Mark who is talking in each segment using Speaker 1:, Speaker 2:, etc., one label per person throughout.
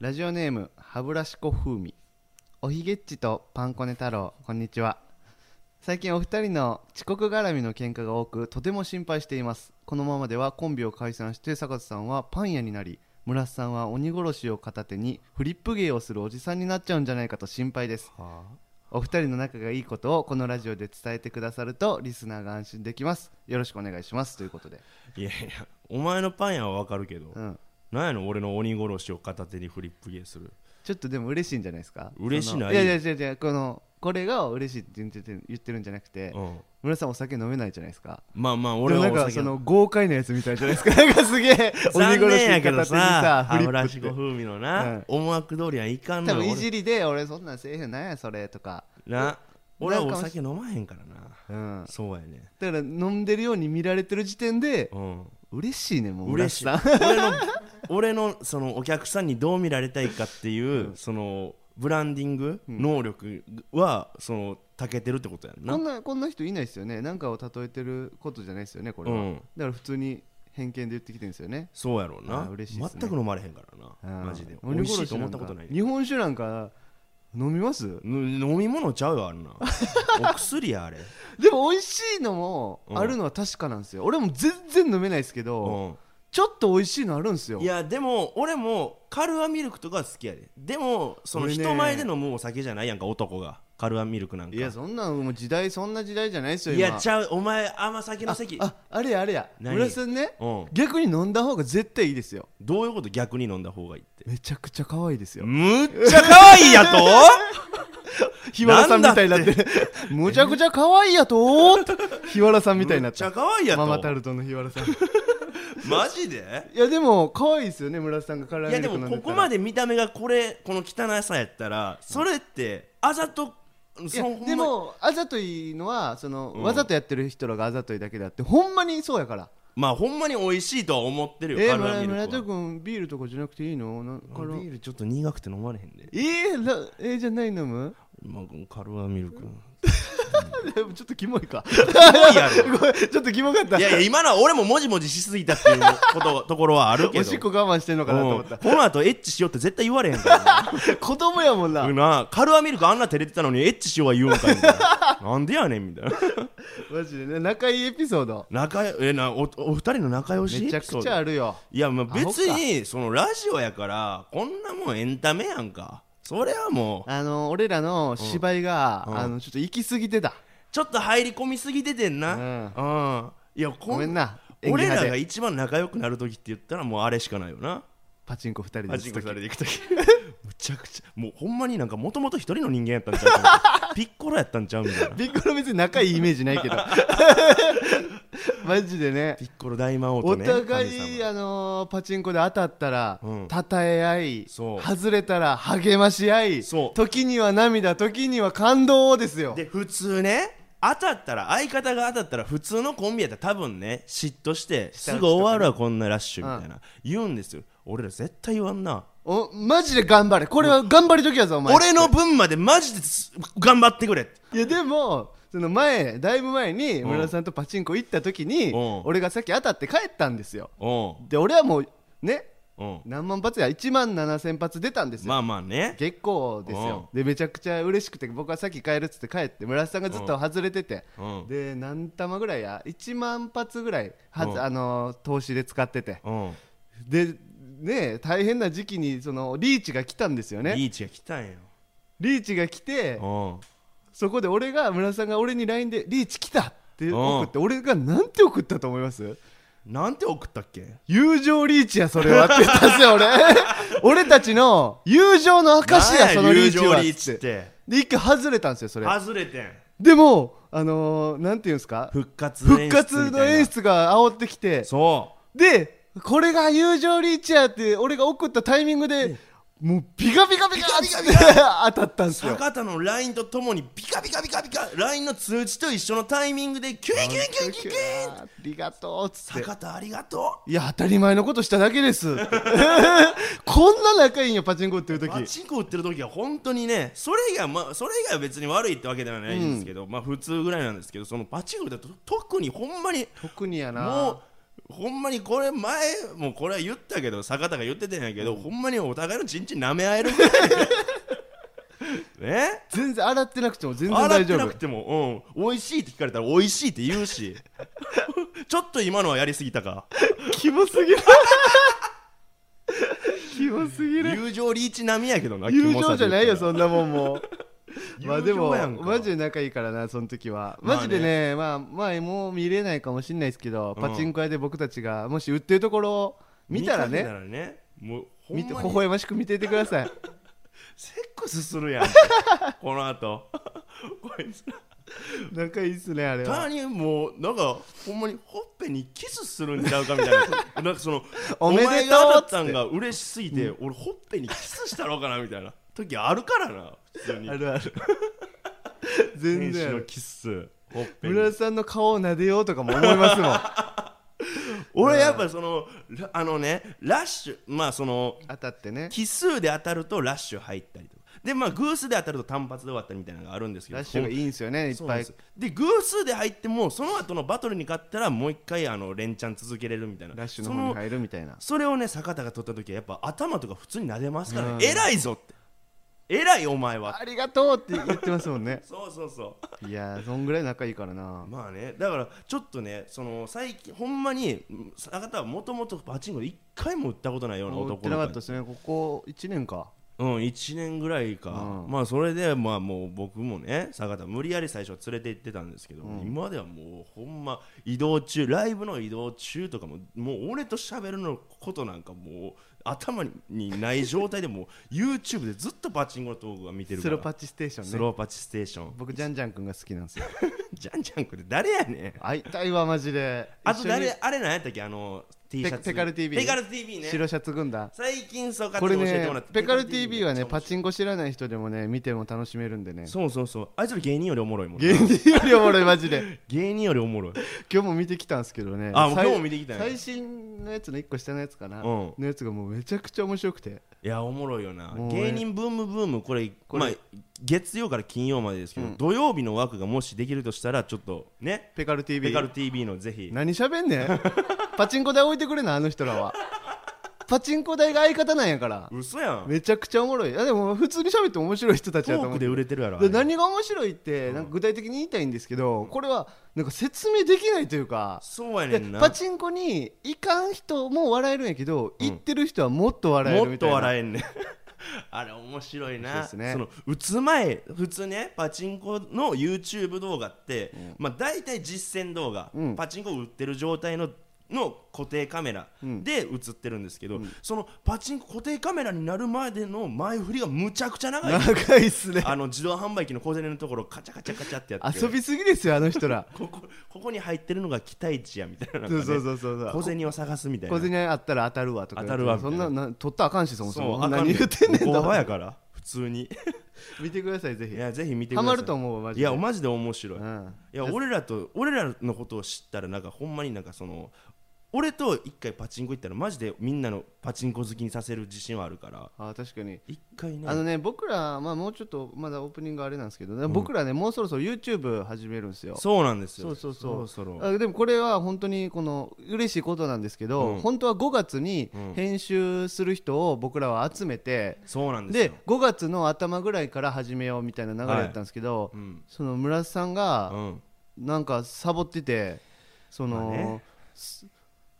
Speaker 1: ラジオネーム歯ブラシコ風味おひげっちとパンコネ太郎こんにちは最近お二人の遅刻絡みの喧嘩が多くとても心配していますこのままではコンビを解散して坂田さんはパン屋になり村瀬さんは鬼殺しを片手にフリップ芸をするおじさんになっちゃうんじゃないかと心配です
Speaker 2: は
Speaker 1: お二人の仲がいいことをこのラジオで伝えてくださるとリスナーが安心できますよろしくお願いしますということで
Speaker 2: あ、いやいやお前のパン屋はわかるけど、
Speaker 1: うん
Speaker 2: なんやの俺の鬼殺しを片手にフリップゲーする
Speaker 1: ちょっとでも嬉しいんじゃないですか
Speaker 2: 嬉しない
Speaker 1: そのいやいや違う違うこのこれが嬉しいって言ってて言ってるんじゃなくて、
Speaker 2: うん
Speaker 1: 村さんお酒飲めないじゃないですか
Speaker 2: まあまあ俺は
Speaker 1: で
Speaker 2: お
Speaker 1: もなんか
Speaker 2: 酒
Speaker 1: そ
Speaker 2: の
Speaker 1: の豪快なやつみたいじゃないですかなんかすげえ
Speaker 2: 残念やけど
Speaker 1: 鬼殺し片手に
Speaker 2: さ
Speaker 1: フリ
Speaker 2: 歯ブラシ
Speaker 1: ップ
Speaker 2: コ
Speaker 1: って
Speaker 2: 風味のな、
Speaker 1: うん
Speaker 2: 思惑通りはいかんの
Speaker 1: 多
Speaker 2: よ
Speaker 1: 分いじりで俺そんなんせえへんなんやそれとか
Speaker 2: 俺な俺は
Speaker 1: なん
Speaker 2: お
Speaker 1: かもし
Speaker 2: 酒飲まへんからな
Speaker 1: うん
Speaker 2: そうやね
Speaker 1: だから飲んでるように見られてる時点で
Speaker 2: うん
Speaker 1: 嬉しいねもう
Speaker 2: 嬉しい
Speaker 1: 村
Speaker 2: 俺
Speaker 1: 瀬さん
Speaker 2: の俺のそのお客さんにどう見られたいかっていう、そのブランディング能力は、そのたけてるってことやんな
Speaker 1: こんなこんな人いないですよねなんかを例えてることじゃないですよねこれは、
Speaker 2: うん
Speaker 1: だから普通に偏見で言ってきてるんですよね
Speaker 2: そうやろうな
Speaker 1: あー嬉しいっすね
Speaker 2: 全く飲まれへんからな、
Speaker 1: うん
Speaker 2: マジで美
Speaker 1: 鬼
Speaker 2: 味し
Speaker 1: 殺
Speaker 2: いと思
Speaker 1: な
Speaker 2: っ
Speaker 1: ん
Speaker 2: た
Speaker 1: か
Speaker 2: ことない
Speaker 1: 日本酒なんか飲みます
Speaker 2: ぬ飲み物ちゃうよあ んなお薬やあれ
Speaker 1: でも美味しいのも
Speaker 2: うん
Speaker 1: あるのは確かなんですよ、俺も全然飲めないですけど、
Speaker 2: う
Speaker 1: ちょっと美味しいのあるんですよ
Speaker 2: んいやでも俺もカルアミルクとかは好きやででもその
Speaker 1: 俺ね
Speaker 2: 人前で飲むお酒じゃないやんか男がカルアミルクなんか
Speaker 1: いやそんなんもう時代そんな時代じゃないですよ
Speaker 2: い
Speaker 1: 今
Speaker 2: やちゃうお前甘酒の席
Speaker 1: ああれやあれや
Speaker 2: 何
Speaker 1: 村瀬さんね、
Speaker 2: うん
Speaker 1: 逆に飲んだ方が絶対いいですよ
Speaker 2: どういうこと逆に飲んだ方がいいって
Speaker 1: めちゃくちゃ可愛いですよ
Speaker 2: むっちゃ可愛い やと
Speaker 1: 日原さんみたいになってむちゃくちゃ可愛いやとーって日原さんみたいにな
Speaker 2: む
Speaker 1: っ
Speaker 2: っちゃ
Speaker 1: た
Speaker 2: 可愛いやと
Speaker 1: ママタルトの日原さんい
Speaker 2: マジで
Speaker 1: やでも可愛いですよね村瀬さんが辛
Speaker 2: い
Speaker 1: い
Speaker 2: や
Speaker 1: ミ
Speaker 2: で
Speaker 1: ルク飲ん
Speaker 2: も
Speaker 1: でた
Speaker 2: こ
Speaker 1: ら
Speaker 2: こまで見た目がこれこの汚さやったらそれってあざと
Speaker 1: い
Speaker 2: そ
Speaker 1: や
Speaker 2: のほんま
Speaker 1: でもあざといのはその、
Speaker 2: うん
Speaker 1: わざとやってる人らがあざといだけであってほんまにそうやから
Speaker 2: まあほんまに美味しいとは思ってるよ、
Speaker 1: え
Speaker 2: カ
Speaker 1: ー、
Speaker 2: ルア
Speaker 1: 村
Speaker 2: ミル
Speaker 1: 村
Speaker 2: ク
Speaker 1: 田
Speaker 2: は
Speaker 1: 君ビールとかじゃなくていいのな
Speaker 2: あ
Speaker 1: カラ
Speaker 2: ビールちょっと苦くて飲まれへんで、
Speaker 1: えー、らえー、じゃあ何飲 む
Speaker 2: まあ、カルアミルク
Speaker 1: ちょっとキモいか
Speaker 2: いや ろ
Speaker 1: ごめんちょっとキモかった
Speaker 2: いやいや今のは俺ももじもじしすぎたっていうこと ところはあるけど
Speaker 1: おしっこ我慢してんのかなと思っ
Speaker 2: うん
Speaker 1: た
Speaker 2: この後エッチしようって絶対言われへんから
Speaker 1: 子供やもん な
Speaker 2: ななカルアミルクあんな照れてたのにエッチしようは言うんかいみたいななんでやねんみたいな
Speaker 1: マジでね仲いいエピソード
Speaker 2: 仲よえなおお二人の仲良し
Speaker 1: めちゃ
Speaker 2: エ
Speaker 1: く
Speaker 2: ピ
Speaker 1: ち
Speaker 2: ソー
Speaker 1: ゃ
Speaker 2: ド
Speaker 1: あるよ
Speaker 2: いやまあ別
Speaker 1: ア
Speaker 2: にそのラジオやからこんなもんエンタメやんかそれはもう
Speaker 1: あの俺らの芝居が、
Speaker 2: うん
Speaker 1: あのちょっと行き過ぎてた
Speaker 2: ちょっと入り込みすぎててんな。
Speaker 1: う
Speaker 2: うん。いや、こ
Speaker 1: ごめんな演技
Speaker 2: 俺ら
Speaker 1: 派
Speaker 2: が
Speaker 1: で
Speaker 2: 一番仲良くなる時って言ったらもうあれしかないよな。
Speaker 1: パチンコ二人で
Speaker 2: パチンコ
Speaker 1: ずっ
Speaker 2: さ
Speaker 1: と
Speaker 2: れていく時むちゃくちゃ、もうほんまになんかもともと一人の人間やったんちゃうか なピッコロやったんちゃうみたいな。
Speaker 1: ビッコロ別に仲いいイメージないけ どマジでね
Speaker 2: ピッコロ大魔王
Speaker 1: お
Speaker 2: とね。神
Speaker 1: 互い、
Speaker 2: 様
Speaker 1: あのーパチンコで当たったら、
Speaker 2: うん
Speaker 1: たたえ合い
Speaker 2: そう
Speaker 1: 外れたら励まし合い
Speaker 2: そう
Speaker 1: 時には涙時には感動をですよ
Speaker 2: で、普通ね。当たったら相方が当たったら普通のコンビやったら多分ね嫉妬してすぐ終わるわこんなラッシュみたいな言うんですよ俺ら絶対言わんな
Speaker 1: おマジで頑張れこれは頑張り時やぞお前
Speaker 2: 俺の分までマジです頑張ってくれって
Speaker 1: いやでもその前だいぶ前に
Speaker 2: うん
Speaker 1: 村田さんとパチンコ行った時に、
Speaker 2: うん
Speaker 1: 俺がさっき当たって帰ったんですよ
Speaker 2: うん
Speaker 1: で俺はもうね
Speaker 2: うん
Speaker 1: 何万発や1万7000発出たんですよ
Speaker 2: まあまあね。
Speaker 1: 結構ですよ、でめちゃくちゃ嬉しくて僕はさっき帰るっつって帰って村瀬さんがずっと外れてて、
Speaker 2: うん
Speaker 1: で何玉ぐらいや1万発ぐらいは、
Speaker 2: うん
Speaker 1: あのー投資で使ってて
Speaker 2: うん。
Speaker 1: でね大変な時期にそのリーチが来たんですよね
Speaker 2: リーチが来たんよ。
Speaker 1: リーチが来て
Speaker 2: うん。
Speaker 1: そこで俺が村瀬さんが俺に LINE で「リーチ来た!」って
Speaker 2: うん
Speaker 1: 送って俺がなんて送ったと思います
Speaker 2: なんて送ったっけ
Speaker 1: 友情リーチやそれはって言ったんですよ俺 俺たちの友情の証やそのリーチ
Speaker 2: なん
Speaker 1: は
Speaker 2: や友情リー
Speaker 1: つ
Speaker 2: チ
Speaker 1: っ
Speaker 2: ってて。
Speaker 1: で一回外れたんですよそれ
Speaker 2: 外れてん。
Speaker 1: でもあのー、なんていうんですか
Speaker 2: 復活の
Speaker 1: 復
Speaker 2: 演出みたいな。
Speaker 1: 活の演出が煽ってきて
Speaker 2: そ
Speaker 1: でこれが友情リーチやって俺が送ったタイミングでもうビカビカビカって当たったんで
Speaker 2: う。
Speaker 1: すよ
Speaker 2: 坂田の LINE とともにピカピカピカピカ LINE の通知と一緒のタイミングでキュイキュイキュイキュイキュイ
Speaker 1: ありがとうっつって
Speaker 2: 坂田ありがと
Speaker 1: いや当たり前のことしただけですこんな仲いいんよパチンコ打ってる
Speaker 2: うパ
Speaker 1: 時
Speaker 2: チンコ売ってる時は本当にねそれ以外はまあそれ以外は別に悪いってわけではないんですけど、まあ普通ぐらいなんですけどそのパチンコだと特にほんまに
Speaker 1: 特にやな
Speaker 2: もうほんまにこれ前もこれは言ったけど坂田が言ってたんやけど、ほんまにお互いのチンチン舐め合えるぐらいね
Speaker 1: 全然洗ってなくても全然
Speaker 2: 洗っ
Speaker 1: 大
Speaker 2: て
Speaker 1: 丈
Speaker 2: な
Speaker 1: 夫
Speaker 2: くても、うん、美味しいって聞かれたら美味しいって言 うしちょっと今のはやりすぎたか
Speaker 1: キモすぎるキモすぎる
Speaker 2: 友情リーチ並みやけどな
Speaker 1: 友情じゃないよ
Speaker 2: そ
Speaker 1: そんなもんもうまあでも
Speaker 2: 友情やんか
Speaker 1: マジで仲いいからなその時はマジでね,、まあまあもう見れないかもしんないですけど、
Speaker 2: うん
Speaker 1: パチンコ屋で僕たちがもし売ってるところを見たら
Speaker 2: 見
Speaker 1: ね
Speaker 2: たらねもうほん
Speaker 1: 見て微
Speaker 2: まに
Speaker 1: 笑ましく見ていてください
Speaker 2: セックスするやんこの後こいつ
Speaker 1: 仲いいっすねあれ
Speaker 2: たま
Speaker 1: は
Speaker 2: にもうなんかほんまにほっぺにキスするんちゃうかみたい なそなんかその
Speaker 1: おめでとう
Speaker 2: 前が当たったんが嬉しすぎて、俺ほっぺにキスしたろうかなみたいな時あるからな普通に
Speaker 1: あ るある全
Speaker 2: 天使
Speaker 1: 然あ
Speaker 2: の
Speaker 1: る
Speaker 2: キスほっぺに
Speaker 1: 村田さんの顔を撫でようとかも思いますも ん
Speaker 2: 俺やっぱそのらあのねラッシュまあその
Speaker 1: 当たってね
Speaker 2: 奇数で当たるとラッシュ入ったりとかでまあ偶数で当たると単発で終わったりみたいなのがあるんですけど
Speaker 1: ラッシュがいいんすよねいっ
Speaker 2: そうなん
Speaker 1: ぱ
Speaker 2: で
Speaker 1: い
Speaker 2: すで偶数で入ってもその後のバトルに勝ったらもう一回あの連チャン続けれるみたいな
Speaker 1: ラッシュの方に
Speaker 2: その
Speaker 1: 入るみたいな
Speaker 2: それをね坂田が取った時はやっぱ頭とか普通に撫でますから、
Speaker 1: う
Speaker 2: ね
Speaker 1: ん
Speaker 2: 偉いぞって偉いお前は
Speaker 1: ありがとうって言ってますもんね
Speaker 2: そうそうそ
Speaker 1: いやーそんぐらい仲いいから
Speaker 2: う
Speaker 1: な
Speaker 2: まあねだからちょっとねその最近ほんまにうん坂田はもともとパチンコで一回も打ったことないような
Speaker 1: もう売っ
Speaker 2: 男
Speaker 1: てな
Speaker 2: の子
Speaker 1: か
Speaker 2: や
Speaker 1: ったですねここ1年か
Speaker 2: うん1年ぐらいか、
Speaker 1: うん
Speaker 2: まあそれでまあもう僕もね坂田無理やり最初は連れて行ってたんですけど、
Speaker 1: うん
Speaker 2: 今ではもうほんま移動中ライブの移動中とかももう俺と喋るのことなんかもう頭にない状態でもう YouTube でずっとパチンコのトークが見てる
Speaker 1: ス
Speaker 2: か
Speaker 1: ロ
Speaker 2: ら
Speaker 1: ーパッチステーシ
Speaker 2: ス
Speaker 1: ョンね
Speaker 2: ローパチステーション
Speaker 1: 僕ジャンジャン君が好きなんですよ
Speaker 2: ジャンジャンクで誰やねん
Speaker 1: 会いたいわマジで
Speaker 2: あと
Speaker 1: 一緒
Speaker 2: 誰
Speaker 1: に
Speaker 2: あれなんやったっけあの T シャツ
Speaker 1: ペカル TV
Speaker 2: ペカル TV ね
Speaker 1: 白シャツ軍団
Speaker 2: 最近そう
Speaker 1: こ
Speaker 2: 勝
Speaker 1: れ
Speaker 2: 手に教えて
Speaker 1: ね
Speaker 2: もらった
Speaker 1: ペカル TV はねパ
Speaker 2: ン
Speaker 1: チンコ知らない人でもね見ても楽しめるんでね
Speaker 2: そうそうそうあいつら芸人よりおもろいもんな
Speaker 1: 芸人よりおもろいマジで
Speaker 2: 芸人よりおもろい
Speaker 1: 今日も見てきたんですけどね
Speaker 2: あもう
Speaker 1: 最
Speaker 2: 今日も見てきたんや
Speaker 1: 最新のやつの1個下のやつかな
Speaker 2: ん
Speaker 1: のやつがもうめちゃくちゃ面白くて
Speaker 2: いやおもろいよな
Speaker 1: もうね
Speaker 2: 芸人ブームブームこれ
Speaker 1: これ
Speaker 2: まあ、月曜から金曜までですけど、
Speaker 1: うん
Speaker 2: 土曜日の枠がもしできるとしたらちょっとね
Speaker 1: ペカル TV
Speaker 2: ペカル TV のぜひ
Speaker 1: 何喋んねんパチンコ台置いてくれなあの人ら はパチンコ台が相方なんやから
Speaker 2: 嘘やん
Speaker 1: めちゃくちゃおもろいいやでも普通に喋って面白い人たち
Speaker 2: ト
Speaker 1: やと思
Speaker 2: ー
Speaker 1: う
Speaker 2: クで売れてるやろ
Speaker 1: で
Speaker 2: あれ
Speaker 1: 何が面白いってなんか具体的に言いたいんですけどこれはなんか説明できないというか
Speaker 2: そうやね
Speaker 1: で
Speaker 2: んな
Speaker 1: パチンコに行かん人も笑えるんやけど行ってる人はもっと笑える
Speaker 2: もっ
Speaker 1: みた
Speaker 2: と
Speaker 1: いな
Speaker 2: 笑えんねん あれ面白い
Speaker 1: 面白い
Speaker 2: な
Speaker 1: っすね
Speaker 2: その打つ前普通ねパチンコの YouTube 動画って、まあ、大体実践動画、
Speaker 1: うん
Speaker 2: パチンコを打ってる状態のの固定カメラ
Speaker 1: うん
Speaker 2: で映ってるんですけど、そのパチンコ固定カメラになるまでの前振りがむちゃくち ゃ長い
Speaker 1: 長いっすね
Speaker 2: あの自動販売機の小銭のところをカチャカチャカチャってやって
Speaker 1: 遊びすぎですよあの人ら
Speaker 2: ここここに入ってるのが期待値やみたいななんか
Speaker 1: そ
Speaker 2: ね
Speaker 1: うそうそうそう
Speaker 2: 小銭を探すみたいな
Speaker 1: 小銭あったら当たるわとか
Speaker 2: 当たるわみた
Speaker 1: そ
Speaker 2: い
Speaker 1: ん
Speaker 2: な
Speaker 1: なな取ったらあかんしそもそ
Speaker 2: そう
Speaker 1: も
Speaker 2: あか
Speaker 1: 何言ってんねん
Speaker 2: ん
Speaker 1: と
Speaker 2: ねんやから普通に
Speaker 1: 見てくださいぜ
Speaker 2: い
Speaker 1: ひ
Speaker 2: やぜひ見てくだ
Speaker 1: ハ
Speaker 2: さい
Speaker 1: マると思うわマジ
Speaker 2: い
Speaker 1: で
Speaker 2: やマジで面白い、
Speaker 1: う
Speaker 2: い
Speaker 1: ん
Speaker 2: や俺らと俺らのことを知ったらなんかほんまになんかその俺と一回パチンコ行ったらマジでみんなのパチンコ好きにさせる自信はあるから
Speaker 1: あ確かに
Speaker 2: 一回ね
Speaker 1: あのね僕らまあもうちょっとまだオープニングあれなんですけどね僕らねもうそろそろ YouTube 始めるんですよ
Speaker 2: そうなんです
Speaker 1: そ
Speaker 2: よ
Speaker 1: うそうそう
Speaker 2: そろそろ
Speaker 1: あでもこれは本当にこの嬉しいことなんですけど、
Speaker 2: うん
Speaker 1: 本当は5月に
Speaker 2: うん
Speaker 1: 編集する人を僕らは集めて、
Speaker 2: そうなんです
Speaker 1: で
Speaker 2: よ
Speaker 1: 5月の頭ぐらいから始めようみたいな流れだったんですけど、
Speaker 2: うん
Speaker 1: その村瀬さん
Speaker 2: う
Speaker 1: が
Speaker 2: ん
Speaker 1: なんかサボっててその、
Speaker 2: まあね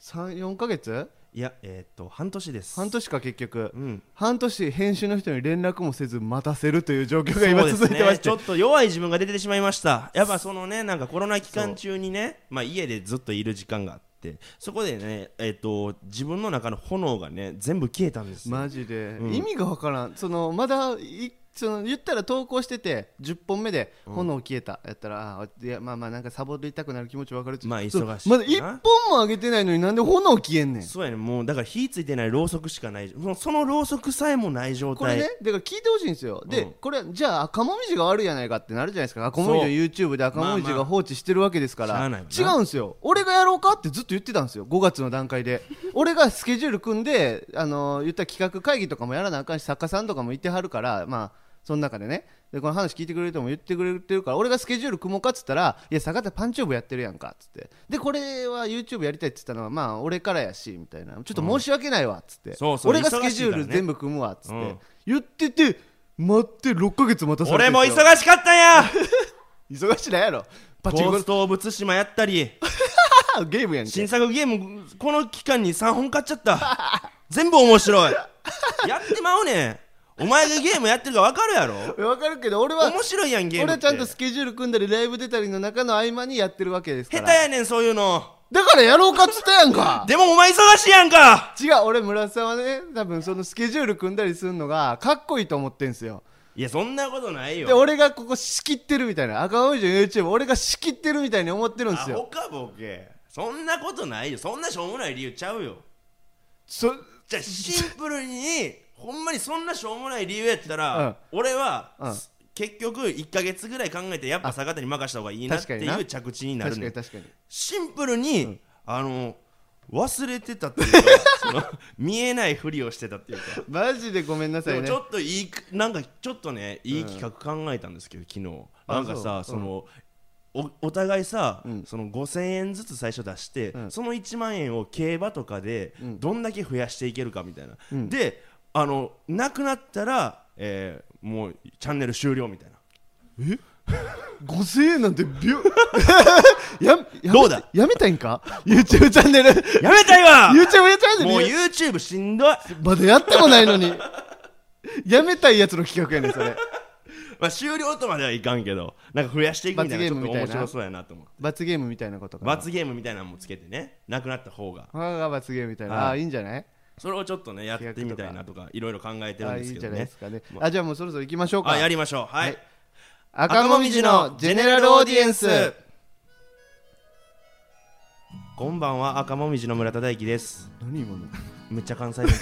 Speaker 1: 34ヶ月
Speaker 2: いやえーっと半年です
Speaker 1: 半年か結局
Speaker 2: うん
Speaker 1: 半年編集の人に連絡もせず待たせるという状況が今
Speaker 2: そうです
Speaker 1: 続いてま
Speaker 2: ね
Speaker 1: し
Speaker 2: ち
Speaker 1: て
Speaker 2: ょっと弱い自分が出てしまいましたやっぱそのねなんかコロナ期間中にね、まあ、家でずっといる時間があってそこでねえーっと自分の中の炎がね全部消えたんですよ
Speaker 1: マジで、
Speaker 2: うん
Speaker 1: 意味がわからんそのまだいその言ったら投稿してて10本目で「炎消えた」やったら「あーいやまあまあなんかサボりたくなる気持ちわかるっつ」
Speaker 2: まあ忙しい
Speaker 1: そう
Speaker 2: な
Speaker 1: まだ1本も上げてないのになんで炎消えんねん
Speaker 2: そうやねもうだから火ついてないろうそくしかないもうそのろうそくさえもない状態
Speaker 1: これねだから聞いてほしいんですよで、
Speaker 2: うん
Speaker 1: これじゃあ赤もみじが悪いやないかってなるじゃないですか赤もみじを YouTube で赤もみじ
Speaker 2: まあま
Speaker 1: が
Speaker 2: あ
Speaker 1: 放置してるわけですから、
Speaker 2: しゃあないわ
Speaker 1: 違
Speaker 2: な
Speaker 1: うんですよ俺がやろうかってずっと言ってたんですよ5月の段階 で俺がスケジュール組んであのー言ったら企画会議とかもやらなあかんし作家さんとかもいてはるからまあその中でねでこの話聞いてくれる人も言ってくれてるから俺がスケジュール組もうかっつったら「いや坂田パンチューブやってるやんか」っつってでこれは YouTube やりたいっつったのはまあ俺からやしみたいな「ちょっと申し訳ないわ」っつって、
Speaker 2: そうそう
Speaker 1: 俺がスケジュー
Speaker 2: 忙しいから
Speaker 1: ル
Speaker 2: ね
Speaker 1: 全部組むわっつって、
Speaker 2: うん
Speaker 1: 言ってて待って6ヶ月待たされて
Speaker 2: 俺
Speaker 1: るん
Speaker 2: も
Speaker 1: です
Speaker 2: 忙
Speaker 1: よ
Speaker 2: しかったんや
Speaker 1: 忙しないやろ
Speaker 2: ゴ
Speaker 1: パチンコ
Speaker 2: ースト・オブ・ツシマやった り
Speaker 1: あゲームやんけ
Speaker 2: 新作ゲームこの期間に3本買っちゃった全部面 白いやってまうねんお前がゲームやってるか分かる やろ
Speaker 1: わかるけど俺は
Speaker 2: 面白いやんゲーム
Speaker 1: 俺はちゃんと
Speaker 2: 下
Speaker 1: スケジュール組んだりライブ出たりの中の合間にやってるわけです
Speaker 2: 手
Speaker 1: から
Speaker 2: やねんそういうの
Speaker 1: だからやろうかっつったやん か
Speaker 2: でもお前忙しいやんか
Speaker 1: 違う俺村瀬さんはね多分そのスケジュール組んだりするのがかっこいいと思ってんすよ
Speaker 2: いやそんなことないよ
Speaker 1: で俺がここ仕切ってるみたいな赤青いじゃん YouTube 俺が仕切ってるみたいに思ってるんです
Speaker 2: アホ
Speaker 1: よ
Speaker 2: かボケそんなことないよそんなしょうもない理由ちゃうよ
Speaker 1: そ
Speaker 2: じゃあシンプルにほんまにそんなしょうもない理由やったら、俺は、
Speaker 1: うん
Speaker 2: 結局1か月ぐらい考えてやっぱ坂田に任した方がいいなって
Speaker 1: 確かに
Speaker 2: いう
Speaker 1: な
Speaker 2: 着地になる
Speaker 1: 確か
Speaker 2: ね
Speaker 1: に
Speaker 2: ん
Speaker 1: 確かに
Speaker 2: シンプルに、あの忘れてたっていうか その見えないふりをしてたっていうか
Speaker 1: マジでごめんなさ
Speaker 2: で
Speaker 1: い
Speaker 2: も
Speaker 1: ね
Speaker 2: ちょっといいくなんかちょっとねいい企画考えたんですけど、
Speaker 1: あ
Speaker 2: 昨日なんかさ
Speaker 1: そ
Speaker 2: そう
Speaker 1: うん
Speaker 2: の、おお互いさ、
Speaker 1: うん
Speaker 2: その5000円ずつ最初出して、
Speaker 1: うん
Speaker 2: その1万円を競馬とかで
Speaker 1: うん
Speaker 2: どんだけ増やしていけるかみたいな、
Speaker 1: うん
Speaker 2: であのなくなったら、えーもうチャンネル終了みたいな
Speaker 1: 5000円なんてビュ ややめ
Speaker 2: どうだ
Speaker 1: やめたいんか YouTube チャンネル YouTube
Speaker 2: やめたいわ
Speaker 1: チャンネル
Speaker 2: もう YouTube しんどい
Speaker 1: まだやってもないのにやめたいやつの企画やねんそれ
Speaker 2: まあ、終了とまではいかんけどなんか増やしていくみたいなち
Speaker 1: 罰ゲーム
Speaker 2: ょっと
Speaker 1: みたいな
Speaker 2: 面白そうやなと思って
Speaker 1: 罰ゲームみたいなことかな
Speaker 2: 罰ゲームみたいなのもつけてねなくなった方が
Speaker 1: あー罰ゲームみたいな、
Speaker 2: はい
Speaker 1: あーいいんじゃない
Speaker 2: それをちょっとねやってみたいなとかいろいろ考えて
Speaker 1: あ
Speaker 2: るん
Speaker 1: ーい
Speaker 2: で
Speaker 1: い
Speaker 2: す
Speaker 1: ん
Speaker 2: け
Speaker 1: じ
Speaker 2: ど
Speaker 1: ゃないで
Speaker 2: ね
Speaker 1: すかね
Speaker 2: ま
Speaker 1: あじゃあもうそろそろ行きましょうか
Speaker 2: あやりましょうはい、
Speaker 1: はい赤もみじのジェネラルオーディエンス
Speaker 2: こんばんは赤もみじの村田大樹です
Speaker 1: 何今の
Speaker 2: めっちゃ関 西弁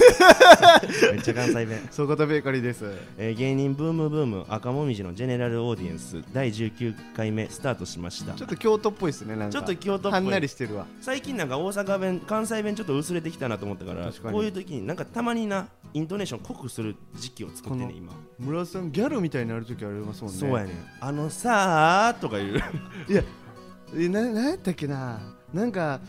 Speaker 2: めっちゃ関西弁
Speaker 1: そこたベーカリーです
Speaker 2: えー芸人ブームブーム赤もみじのジェネラルオーディエンス第19回目スタートしました
Speaker 1: ちょっと京都っぽいですねなんか
Speaker 2: ちょっと京都っぽい
Speaker 1: はんなりしてるわ
Speaker 2: 最近なんか大阪弁関西弁ちょっと薄れてきたなと思ったから
Speaker 1: 確かに
Speaker 2: こういう時になんかたまになイントネーション濃くする時期を作って
Speaker 1: この
Speaker 2: ね今
Speaker 1: 村瀬さんギャルみたいになる時ありますもんね
Speaker 2: そうやねあのさーとか言う
Speaker 1: いやえななんやったっけななんか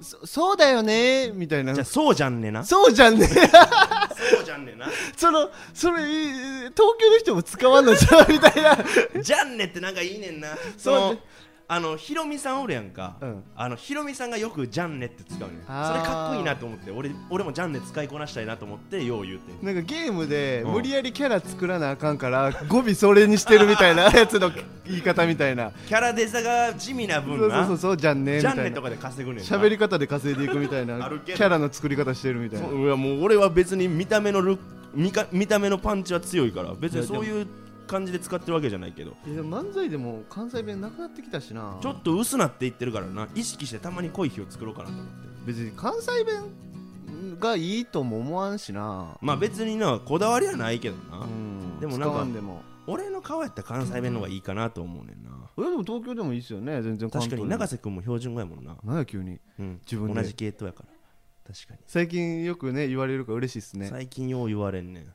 Speaker 1: そそうだよねみたいな
Speaker 2: じゃあそうじゃんねなそ
Speaker 1: そうじゃんね
Speaker 2: うじゃんねな
Speaker 1: そのそれい東京の人も使わんのじゃうみたいな
Speaker 2: じゃんねってなんかいいねんなそ
Speaker 1: そう
Speaker 2: のあのヒロミさんおるやんか、
Speaker 1: うん
Speaker 2: あのヒロミさんがよくじゃんねって使うねんそれ
Speaker 1: あー
Speaker 2: かっこいいなと思って俺俺もじゃんね使いこなしたいなと思ってよう言うてん
Speaker 1: なんかゲームで
Speaker 2: うん
Speaker 1: 無理やりキャラ作らなあかんから語尾それにしてるみたいな やつの言い方みたいな
Speaker 2: キャラデザが地味な
Speaker 1: そ
Speaker 2: 分
Speaker 1: うそう
Speaker 2: な
Speaker 1: そうそうじゃんねみ
Speaker 2: じ
Speaker 1: た
Speaker 2: ゃ
Speaker 1: い
Speaker 2: んねと
Speaker 1: な
Speaker 2: かで稼ぐねんな
Speaker 1: 喋り方で稼いでいくみたいな
Speaker 2: あるけ
Speaker 1: キ
Speaker 2: ど
Speaker 1: ャラの作り方してるみたいな
Speaker 2: そういやもう俺は別に見た目のルック見か見た目のパンチは強いから別
Speaker 1: い
Speaker 2: に
Speaker 1: やで
Speaker 2: そ
Speaker 1: も
Speaker 2: ういう感じで使ってるわけじゃないけど
Speaker 1: いやでも漫才でも関西弁なくなってきたしな
Speaker 2: ちょっと薄なっていってるからな意識してたまに濃い日を作ろうかなと思って
Speaker 1: 別に関西弁がいいとも思わんしな
Speaker 2: まあ別になこだわりはないけどな、
Speaker 1: うん
Speaker 2: でもなんか
Speaker 1: 使わでも
Speaker 2: 俺の顔やったら関西弁の方がいいかなと思うねんな
Speaker 1: えでも東京でもいいっすよね全然関
Speaker 2: 確
Speaker 1: 東
Speaker 2: か
Speaker 1: で
Speaker 2: に
Speaker 1: も
Speaker 2: 永瀬君も標準語やもんな、
Speaker 1: なんや急に
Speaker 2: うん、
Speaker 1: 自分で
Speaker 2: 同じ系統やから確かに、
Speaker 1: 最近よくね言われるから嬉しいっすね
Speaker 2: 最近よう言われんねんい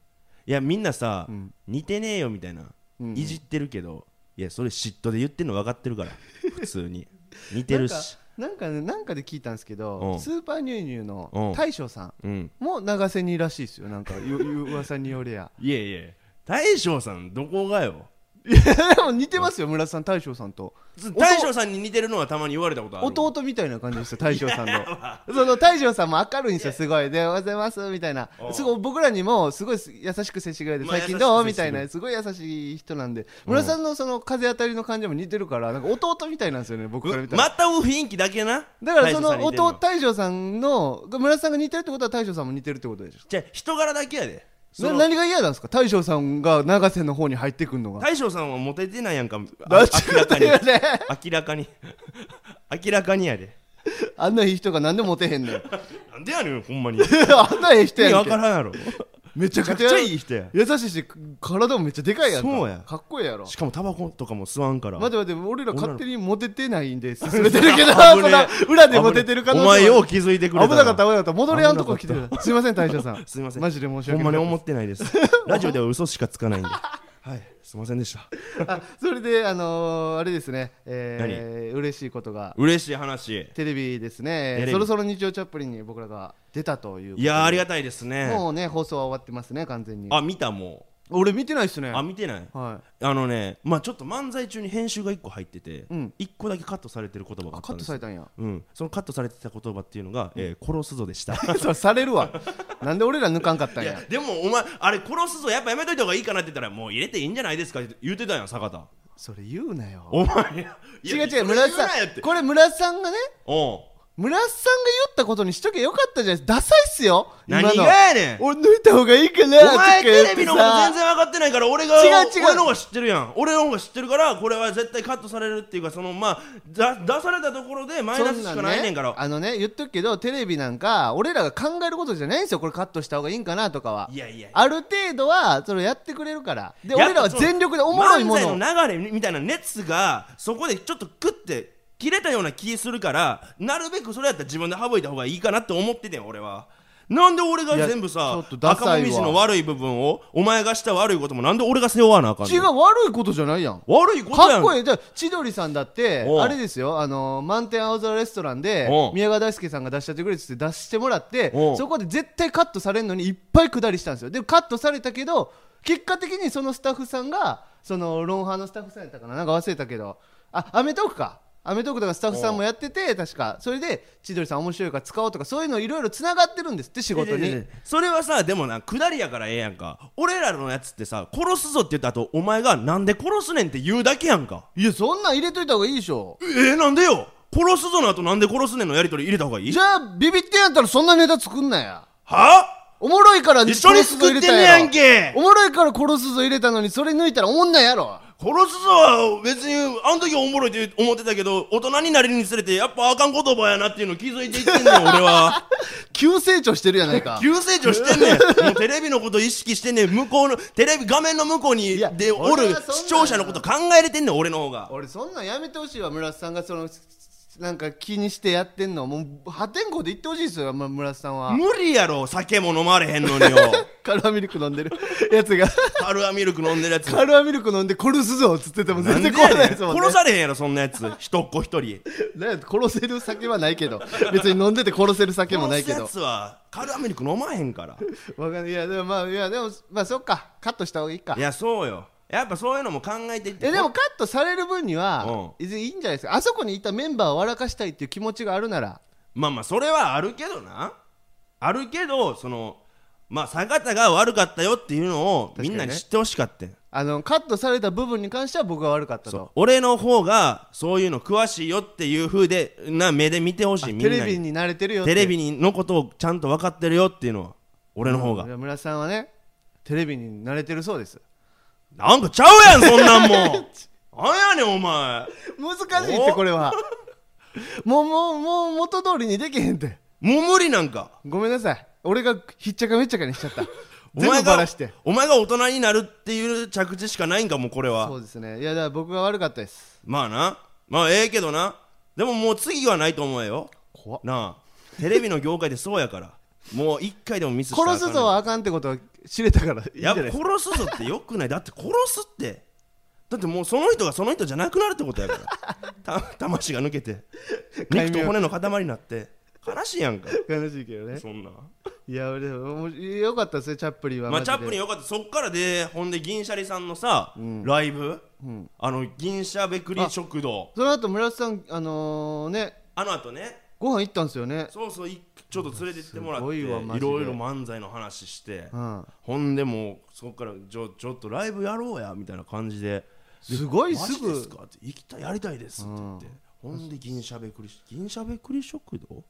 Speaker 2: やみんなさ、
Speaker 1: うん
Speaker 2: 似てねえよみたいな
Speaker 1: うん
Speaker 2: いじってるけどいやそれ嫉妬で言ってんの分かってる から普通に似てるし
Speaker 1: なんかねなんかで聞いたんですけ
Speaker 2: う
Speaker 1: ど
Speaker 2: ん
Speaker 1: スーパーニューニュー
Speaker 2: うん
Speaker 1: の大将さん
Speaker 2: うん
Speaker 1: も長瀬にいいらしいですよなんかゆゆ噂により や
Speaker 2: いえいえ大将さんどこがよ
Speaker 1: でも似てますよ村瀬さん大将さんと
Speaker 2: 大将さんに似てるのはたまに言われたことある
Speaker 1: 弟みたいな感じですよ大将さんのその大将さんも明るいんですよすごいで「おはようございます」みたいな
Speaker 2: うん
Speaker 1: すごい僕らにもすごい優しく接してくれて「
Speaker 2: まあ
Speaker 1: 最近どう?」
Speaker 2: 優
Speaker 1: み
Speaker 2: しく接し
Speaker 1: た
Speaker 2: てくれる
Speaker 1: いなすごい優しい人なんで村瀬さんのその風当たりの感じも似てるからなんか弟みたいなんですよね僕から見たら
Speaker 2: また雰囲気だけな
Speaker 1: だからその
Speaker 2: 大将さんに似
Speaker 1: 弟大将さんの
Speaker 2: てる
Speaker 1: 村瀬さんが似てるってことは大将さんも似てるってことでしょ
Speaker 2: じゃあ人柄だけやでそ
Speaker 1: な
Speaker 2: の
Speaker 1: 何が嫌なんですか大将さんが永瀬の方に入ってくんのが
Speaker 2: 大将さんはモテてないやんかあ
Speaker 1: だっ
Speaker 2: 明らかに
Speaker 1: だよ ね
Speaker 2: 明らかに明らかにや で
Speaker 1: あんないい人が何でモテへんねん
Speaker 2: なんでやねんほんまに意味
Speaker 1: あんないい人や
Speaker 2: 分
Speaker 1: ん
Speaker 2: か
Speaker 1: け
Speaker 2: らんやろ
Speaker 1: めちゃ
Speaker 2: めちゃ
Speaker 1: く
Speaker 2: く
Speaker 1: ち
Speaker 2: ち
Speaker 1: ゃ
Speaker 2: ゃいい人や
Speaker 1: 優しいし体もめっちゃでかいやんか
Speaker 2: そうや
Speaker 1: かっこいいやろ
Speaker 2: しかもタバコとかも吸わんから
Speaker 1: 待って待って俺ら勝手にモテてないん ですれて
Speaker 2: 危ね
Speaker 1: るけどそんな裏でモテてる可能性
Speaker 2: お前
Speaker 1: も
Speaker 2: よう気づいてく
Speaker 1: 危
Speaker 2: れた
Speaker 1: なかった危なかった戻りやんとこ来てるすいません大将さん
Speaker 2: すいません
Speaker 1: マジで申し
Speaker 2: ほん
Speaker 1: 訳
Speaker 2: ま
Speaker 1: な
Speaker 2: に
Speaker 1: い
Speaker 2: 思ってないですラジオでは嘘しかつかないんではいすいませんでした
Speaker 1: あそれであのーあれですね、えー、嬉しいことが
Speaker 2: 嬉しい話
Speaker 1: テレビですね
Speaker 2: テレビ
Speaker 1: そろそろ日曜チャップリンに僕らが出たということで
Speaker 2: いやーありがたいですね
Speaker 1: もうね放送は終わってますね完全に
Speaker 2: あ見たも
Speaker 1: 俺見てないっすね
Speaker 2: うあ見てない
Speaker 1: は
Speaker 2: あのねまあちょっと漫才中に編集が1個入ってて、
Speaker 1: うん
Speaker 2: 1個だけカットされてる言葉
Speaker 1: い
Speaker 2: があ
Speaker 1: あ
Speaker 2: った
Speaker 1: カ
Speaker 2: ん
Speaker 1: ッ
Speaker 2: で
Speaker 1: ト
Speaker 2: す
Speaker 1: されたんや
Speaker 2: うん、そのカットされてた言葉っていうのが「えー殺すぞ」でした
Speaker 1: それされるわなんで俺ら抜かんかったん
Speaker 2: い
Speaker 1: や
Speaker 2: やでもお前あれ殺すぞやっぱやめといた方がいいかなって言ったらもう入れていいんじゃないですかって言ってたやん坂田
Speaker 1: それ言うなよ
Speaker 2: お前いや
Speaker 1: 違う
Speaker 2: い
Speaker 1: 違
Speaker 2: や
Speaker 1: う村田
Speaker 2: それ言うなよっ
Speaker 1: さん
Speaker 2: て
Speaker 1: これ村田さんがね
Speaker 2: おう
Speaker 1: 村田さんが言ったことにしとけよかったじゃないですかダサいっすよ今の
Speaker 2: 何がやねん
Speaker 1: 俺抜いた方がいいかな
Speaker 2: お前
Speaker 1: とか言ってさ
Speaker 2: テレビのこと全然分かってないから俺が
Speaker 1: 違う違う
Speaker 2: 俺の方が知ってるやん俺の方が知ってるからこれは絶対カットされるっていうかそのまあだ出されたところでマイナスしかないねんから
Speaker 1: そんなんねあのね言っとくけどテレビなんか俺らが考えることじゃないんですよこれカットした方がいいんかなとかはい
Speaker 2: やいやいや
Speaker 1: ある程度はそれをやってくれるからで
Speaker 2: やっ
Speaker 1: 俺らは
Speaker 2: ぱその
Speaker 1: 全力でおもろいものを
Speaker 2: 漫才の流れみたいな熱がそこでちょっとクッて切れたような気するからなるべくそれやったら自分で省いた方がいいかなって思っててん俺はなんで俺が
Speaker 1: いや
Speaker 2: 全部
Speaker 1: ち
Speaker 2: さ
Speaker 1: ょっとダサいわ
Speaker 2: 赤もみじの悪い部分をお前がした悪いこともなんで俺が背負わなあかんの
Speaker 1: 違う悪いことじゃないやん
Speaker 2: 悪いこと
Speaker 1: か
Speaker 2: やん
Speaker 1: っこいいだから千鳥さんだって
Speaker 2: おう
Speaker 1: あれですよあのー満天青空レストランで
Speaker 2: おう
Speaker 1: 宮川大輔さんが出しちゃってくれって言って出してもらって
Speaker 2: おう
Speaker 1: そこで絶対カットされるのにいっぱい下りしたんですよでカットされたけど結果的にそのスタッフさんがそのロンハーのスタッフさんやったかななんか忘れたけどあアメトークかアメトークとかスタッフさんもやってて確かそれで千鳥さん面白いから使おうとかそういうのいろいろつながってるんですって仕事
Speaker 2: いやいやい
Speaker 1: に
Speaker 2: やそれはさでもな下りやからええやんか俺らのやつってさ殺すぞって言った後お前がなんで殺すねんって言うだけやんか
Speaker 1: いやそんなん入れといた方がいいでしょ
Speaker 2: えー、なんでよ殺すぞの後なんで殺すねんのやりとり入れた方がいい
Speaker 1: じゃあビビってんやったらそんなネタ作んなや
Speaker 2: は
Speaker 1: おもろいから
Speaker 2: 一緒に作ってんねやんけ
Speaker 1: おもろいから殺すぞ入れたのにそれ抜いたらおもんないやろ
Speaker 2: 殺すぞは別にあの時はおもろいって思ってたけど大人になるにつれてやっぱあかん言葉やなっていうの気づいていって んねん俺は
Speaker 1: 急成長してるやないか
Speaker 2: 急成長してんねんもうテレビのこと意識してんねん向こうのテレビ画面の向こうに
Speaker 1: いや
Speaker 2: でお
Speaker 1: 俺はそ
Speaker 2: る
Speaker 1: んな
Speaker 2: 視聴者のこと考えれてんねん俺の方が
Speaker 1: 俺そんなんやめてほしいわ村瀬さんがそのなんか気にしてやってんのもう破天荒で言ってほしいですよま村瀬さんは
Speaker 2: 無理やろ酒も飲まれへんのによ
Speaker 1: カルアミルク飲んでるやつが
Speaker 2: カルアミルク飲んでるやつ
Speaker 1: カルアミルク飲んで殺すぞっつってても
Speaker 2: な
Speaker 1: 全
Speaker 2: んで
Speaker 1: 然
Speaker 2: や
Speaker 1: 殺さな
Speaker 2: ねん
Speaker 1: いですもんね
Speaker 2: 殺されへんやろそんなやつ一っ子一人
Speaker 1: なんや殺せる酒はないけど別に飲んでて殺せる酒もないけ
Speaker 2: 殺
Speaker 1: ど
Speaker 2: すやつはカルアミルク飲まへんから
Speaker 1: わかんないいやでもまあいやでもまあそっかカットした方がいいか
Speaker 2: いやそうよやっぱそういうのも考えていって
Speaker 1: えでもカットされる分には、いずいいんじゃないですかあそこにいたメンバーを笑かしたいっていう気持ちがあるなら
Speaker 2: まあまあそれはあるけどなあるけどそのまあ坂田が悪かったよっていうのを
Speaker 1: かに
Speaker 2: み
Speaker 1: ね
Speaker 2: んなに知ってほしかったよ
Speaker 1: あのカットされた部分に関しては僕が悪かった
Speaker 2: そう
Speaker 1: と
Speaker 2: 俺の方がそういうの詳しいよっていう風でな目で見てほしいみん
Speaker 1: テレ
Speaker 2: な
Speaker 1: ビ
Speaker 2: に
Speaker 1: に慣れてるよって
Speaker 2: テレビにのことをちゃんと分かってるよっていうのは俺の方が
Speaker 1: いや村さんはねテレビに慣れてるそうです
Speaker 2: なんかち ゃうやんそんなんもんなんやねんお前
Speaker 1: 難しいって
Speaker 2: お
Speaker 1: これはもうもうもう元通りにできへんって
Speaker 2: もう無理なんか
Speaker 1: ごめんなさい俺がひっちゃかめっちゃかにしちゃった
Speaker 2: お
Speaker 1: 全
Speaker 2: 前
Speaker 1: 部バ
Speaker 2: が
Speaker 1: ラして
Speaker 2: お前が大人になるっていう着地しかないんかもうこれは
Speaker 1: そうですねいやだから僕が悪かったです
Speaker 2: まあなまあええけどなでももう次はないと思うよ
Speaker 1: 怖っ
Speaker 2: なあテレビの業界でそうやからもう一回でもミスしたらあ
Speaker 1: 殺
Speaker 2: かん
Speaker 1: すぞはあかんってことは知れたからいいんじ
Speaker 2: や
Speaker 1: ゃ
Speaker 2: っ
Speaker 1: な
Speaker 2: ぱ
Speaker 1: いですか
Speaker 2: 殺すぞってよくないだって殺すってだってもうその人がその人じゃなくなるってことやからた魂が抜けて肉と骨の塊になって悲しいやんか
Speaker 1: 悲しいけどね
Speaker 2: そんない
Speaker 1: やでもよかったですねチャップリンは
Speaker 2: まあ
Speaker 1: マジで
Speaker 2: チャップリンよかったそっからでほんで銀シャリさんのさ、ライブ、あの銀シャベクリー食堂
Speaker 1: その後村瀬さんあのね
Speaker 2: あのあとね
Speaker 1: ご飯行ったんですよね
Speaker 2: そうそういちょっと連れてってもらっ
Speaker 1: すご
Speaker 2: てい
Speaker 1: いわマジで
Speaker 2: ろいろ漫才の話して、
Speaker 1: うん
Speaker 2: ほんでもうそこからちょちょっとライブやろうやみたいな感じで
Speaker 1: すご
Speaker 2: 「
Speaker 1: い
Speaker 2: マ
Speaker 1: す
Speaker 2: ジです
Speaker 1: ぐ
Speaker 2: か?」って「行きたいやりたいです」って言って、ほんで銀しゃべくり銀しゃべくり食堂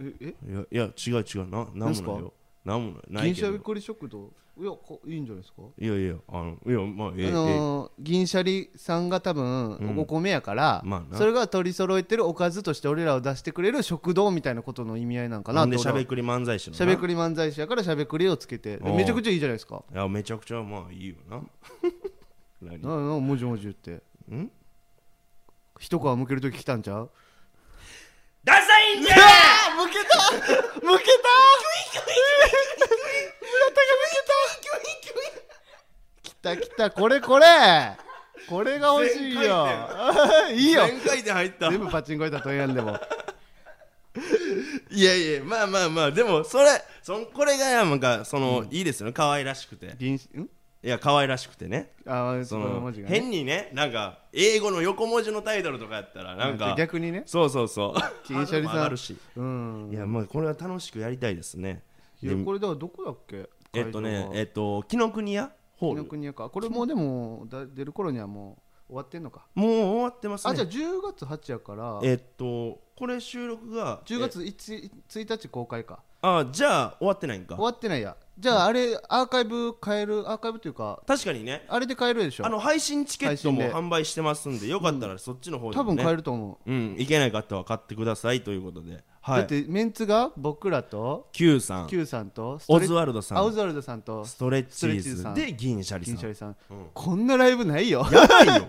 Speaker 1: ええ
Speaker 2: いやいや違う違うななんもないよなんもないない
Speaker 1: 銀
Speaker 2: け
Speaker 1: シャ
Speaker 2: ど
Speaker 1: リこり食堂いやこいいんじゃないですか
Speaker 2: いやいやあのいやまあええ、
Speaker 1: あのー、銀シャリさんが多分お米やから、
Speaker 2: まあな
Speaker 1: それが取り揃えてるおかずとして俺らを出してくれる食堂みたいなことの意味合いなんか
Speaker 2: ええ
Speaker 1: な
Speaker 2: ほ
Speaker 1: と
Speaker 2: んでしゃべ
Speaker 1: 俺は
Speaker 2: くり漫才師のな
Speaker 1: しゃべくり漫才師やからしゃべくりをつけて
Speaker 2: おう
Speaker 1: めちゃくちゃいいじゃないですか
Speaker 2: いやめちゃくちゃまあいいよな 何
Speaker 1: ななもじもじ言って
Speaker 2: ん
Speaker 1: 一皮むけるとき来たんちゃう
Speaker 2: ダサいんじゃ
Speaker 1: むけたむけた村田がむけたた来たこれこれこれが欲しいよいいよ
Speaker 2: 全回転入った
Speaker 1: 全部パチンコ行ったとやんでも
Speaker 2: いやいやまあまあまあでもそれそんこれがなんかその、いいですよね可愛らしくて
Speaker 1: 臨死ん
Speaker 2: いや可愛らしくてね
Speaker 1: ああ
Speaker 2: そ
Speaker 1: その
Speaker 2: の
Speaker 1: 文字が、ね、
Speaker 2: 変にねなんか英語の横文字のタイトルとかやったらなんか
Speaker 1: 逆にね
Speaker 2: そうそうそう
Speaker 1: 銀シャリさん
Speaker 2: ハードルも上がるし
Speaker 1: うん
Speaker 2: いやまあこれは楽しくやりたいですね
Speaker 1: いやこれだからどこだっけ
Speaker 2: えっ
Speaker 1: 会
Speaker 2: と
Speaker 1: 場
Speaker 2: ね
Speaker 1: は
Speaker 2: えっと紀ノ国屋ホ
Speaker 1: 紀
Speaker 2: ー
Speaker 1: ノ
Speaker 2: ル
Speaker 1: 国屋かこれもうでもだ出る頃にはもう終わってんのか
Speaker 2: もう終わってますね
Speaker 1: あじゃあ10月8やから
Speaker 2: えっとこれ収録が
Speaker 1: 10月 1, 1日公開か
Speaker 2: えあじゃあ終わってないんか
Speaker 1: 終わってないやじゃああれアーカイブ変えるアーカイブというか
Speaker 2: 確かにね
Speaker 1: あれで変えるでしょ
Speaker 2: あの配信チケットも
Speaker 1: 配信で
Speaker 2: 販売してますんでよかったらそっちの方で
Speaker 1: 多
Speaker 2: も
Speaker 1: 分
Speaker 2: ね
Speaker 1: 変えると思う、
Speaker 2: うんいけない方は買ってくださいということでは
Speaker 1: だっ
Speaker 2: い
Speaker 1: てメンツが僕らと
Speaker 2: Q さん
Speaker 1: Q さんとスト
Speaker 2: オ
Speaker 1: レッ
Speaker 2: ズワルドさ
Speaker 1: あオ
Speaker 2: ん
Speaker 1: ズワルドさんと
Speaker 2: ストレッチー
Speaker 1: ストレッチーズさ
Speaker 2: ズ
Speaker 1: ん
Speaker 2: で銀シャリさ
Speaker 1: 銀シャ
Speaker 2: ん
Speaker 1: リさん、
Speaker 2: うん
Speaker 1: こんなライブないよ
Speaker 2: やばい よ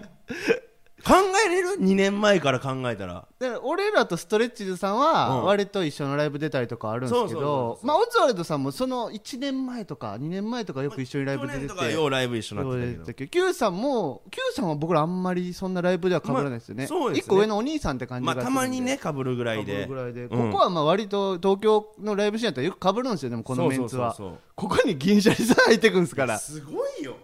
Speaker 2: 考えれる2年前から考えたら
Speaker 1: だから俺らとストレッチーズさんは
Speaker 2: うん
Speaker 1: 割と一緒のライブ出たりとかあるんですけ
Speaker 2: そうそうそう
Speaker 1: ど
Speaker 2: そう
Speaker 1: まあオズワルドさんもその1年前とか2年前とかよく一緒にライブ出
Speaker 2: 去
Speaker 1: て
Speaker 2: 年
Speaker 1: て
Speaker 2: とかようライブ一緒に
Speaker 1: そう
Speaker 2: なって
Speaker 1: でし
Speaker 2: た
Speaker 1: た
Speaker 2: けど
Speaker 1: けど Q さんも Q さんは僕らあんまりそんなライブでは被らないですよね,、
Speaker 2: まあそうですね
Speaker 1: 1個上のお兄さんって感じ
Speaker 2: ま
Speaker 1: がす
Speaker 2: あ
Speaker 1: るんで
Speaker 2: たまにねかぶるぐらい
Speaker 1: 被る
Speaker 2: で
Speaker 1: ぐらいで、
Speaker 2: うん
Speaker 1: ここはまあ割と東京のライブシーンやったらよく被るんですよでもこのメンツは
Speaker 2: そうそうそうそう
Speaker 1: ここに銀シャリさん入ってくんですから
Speaker 2: すごいよ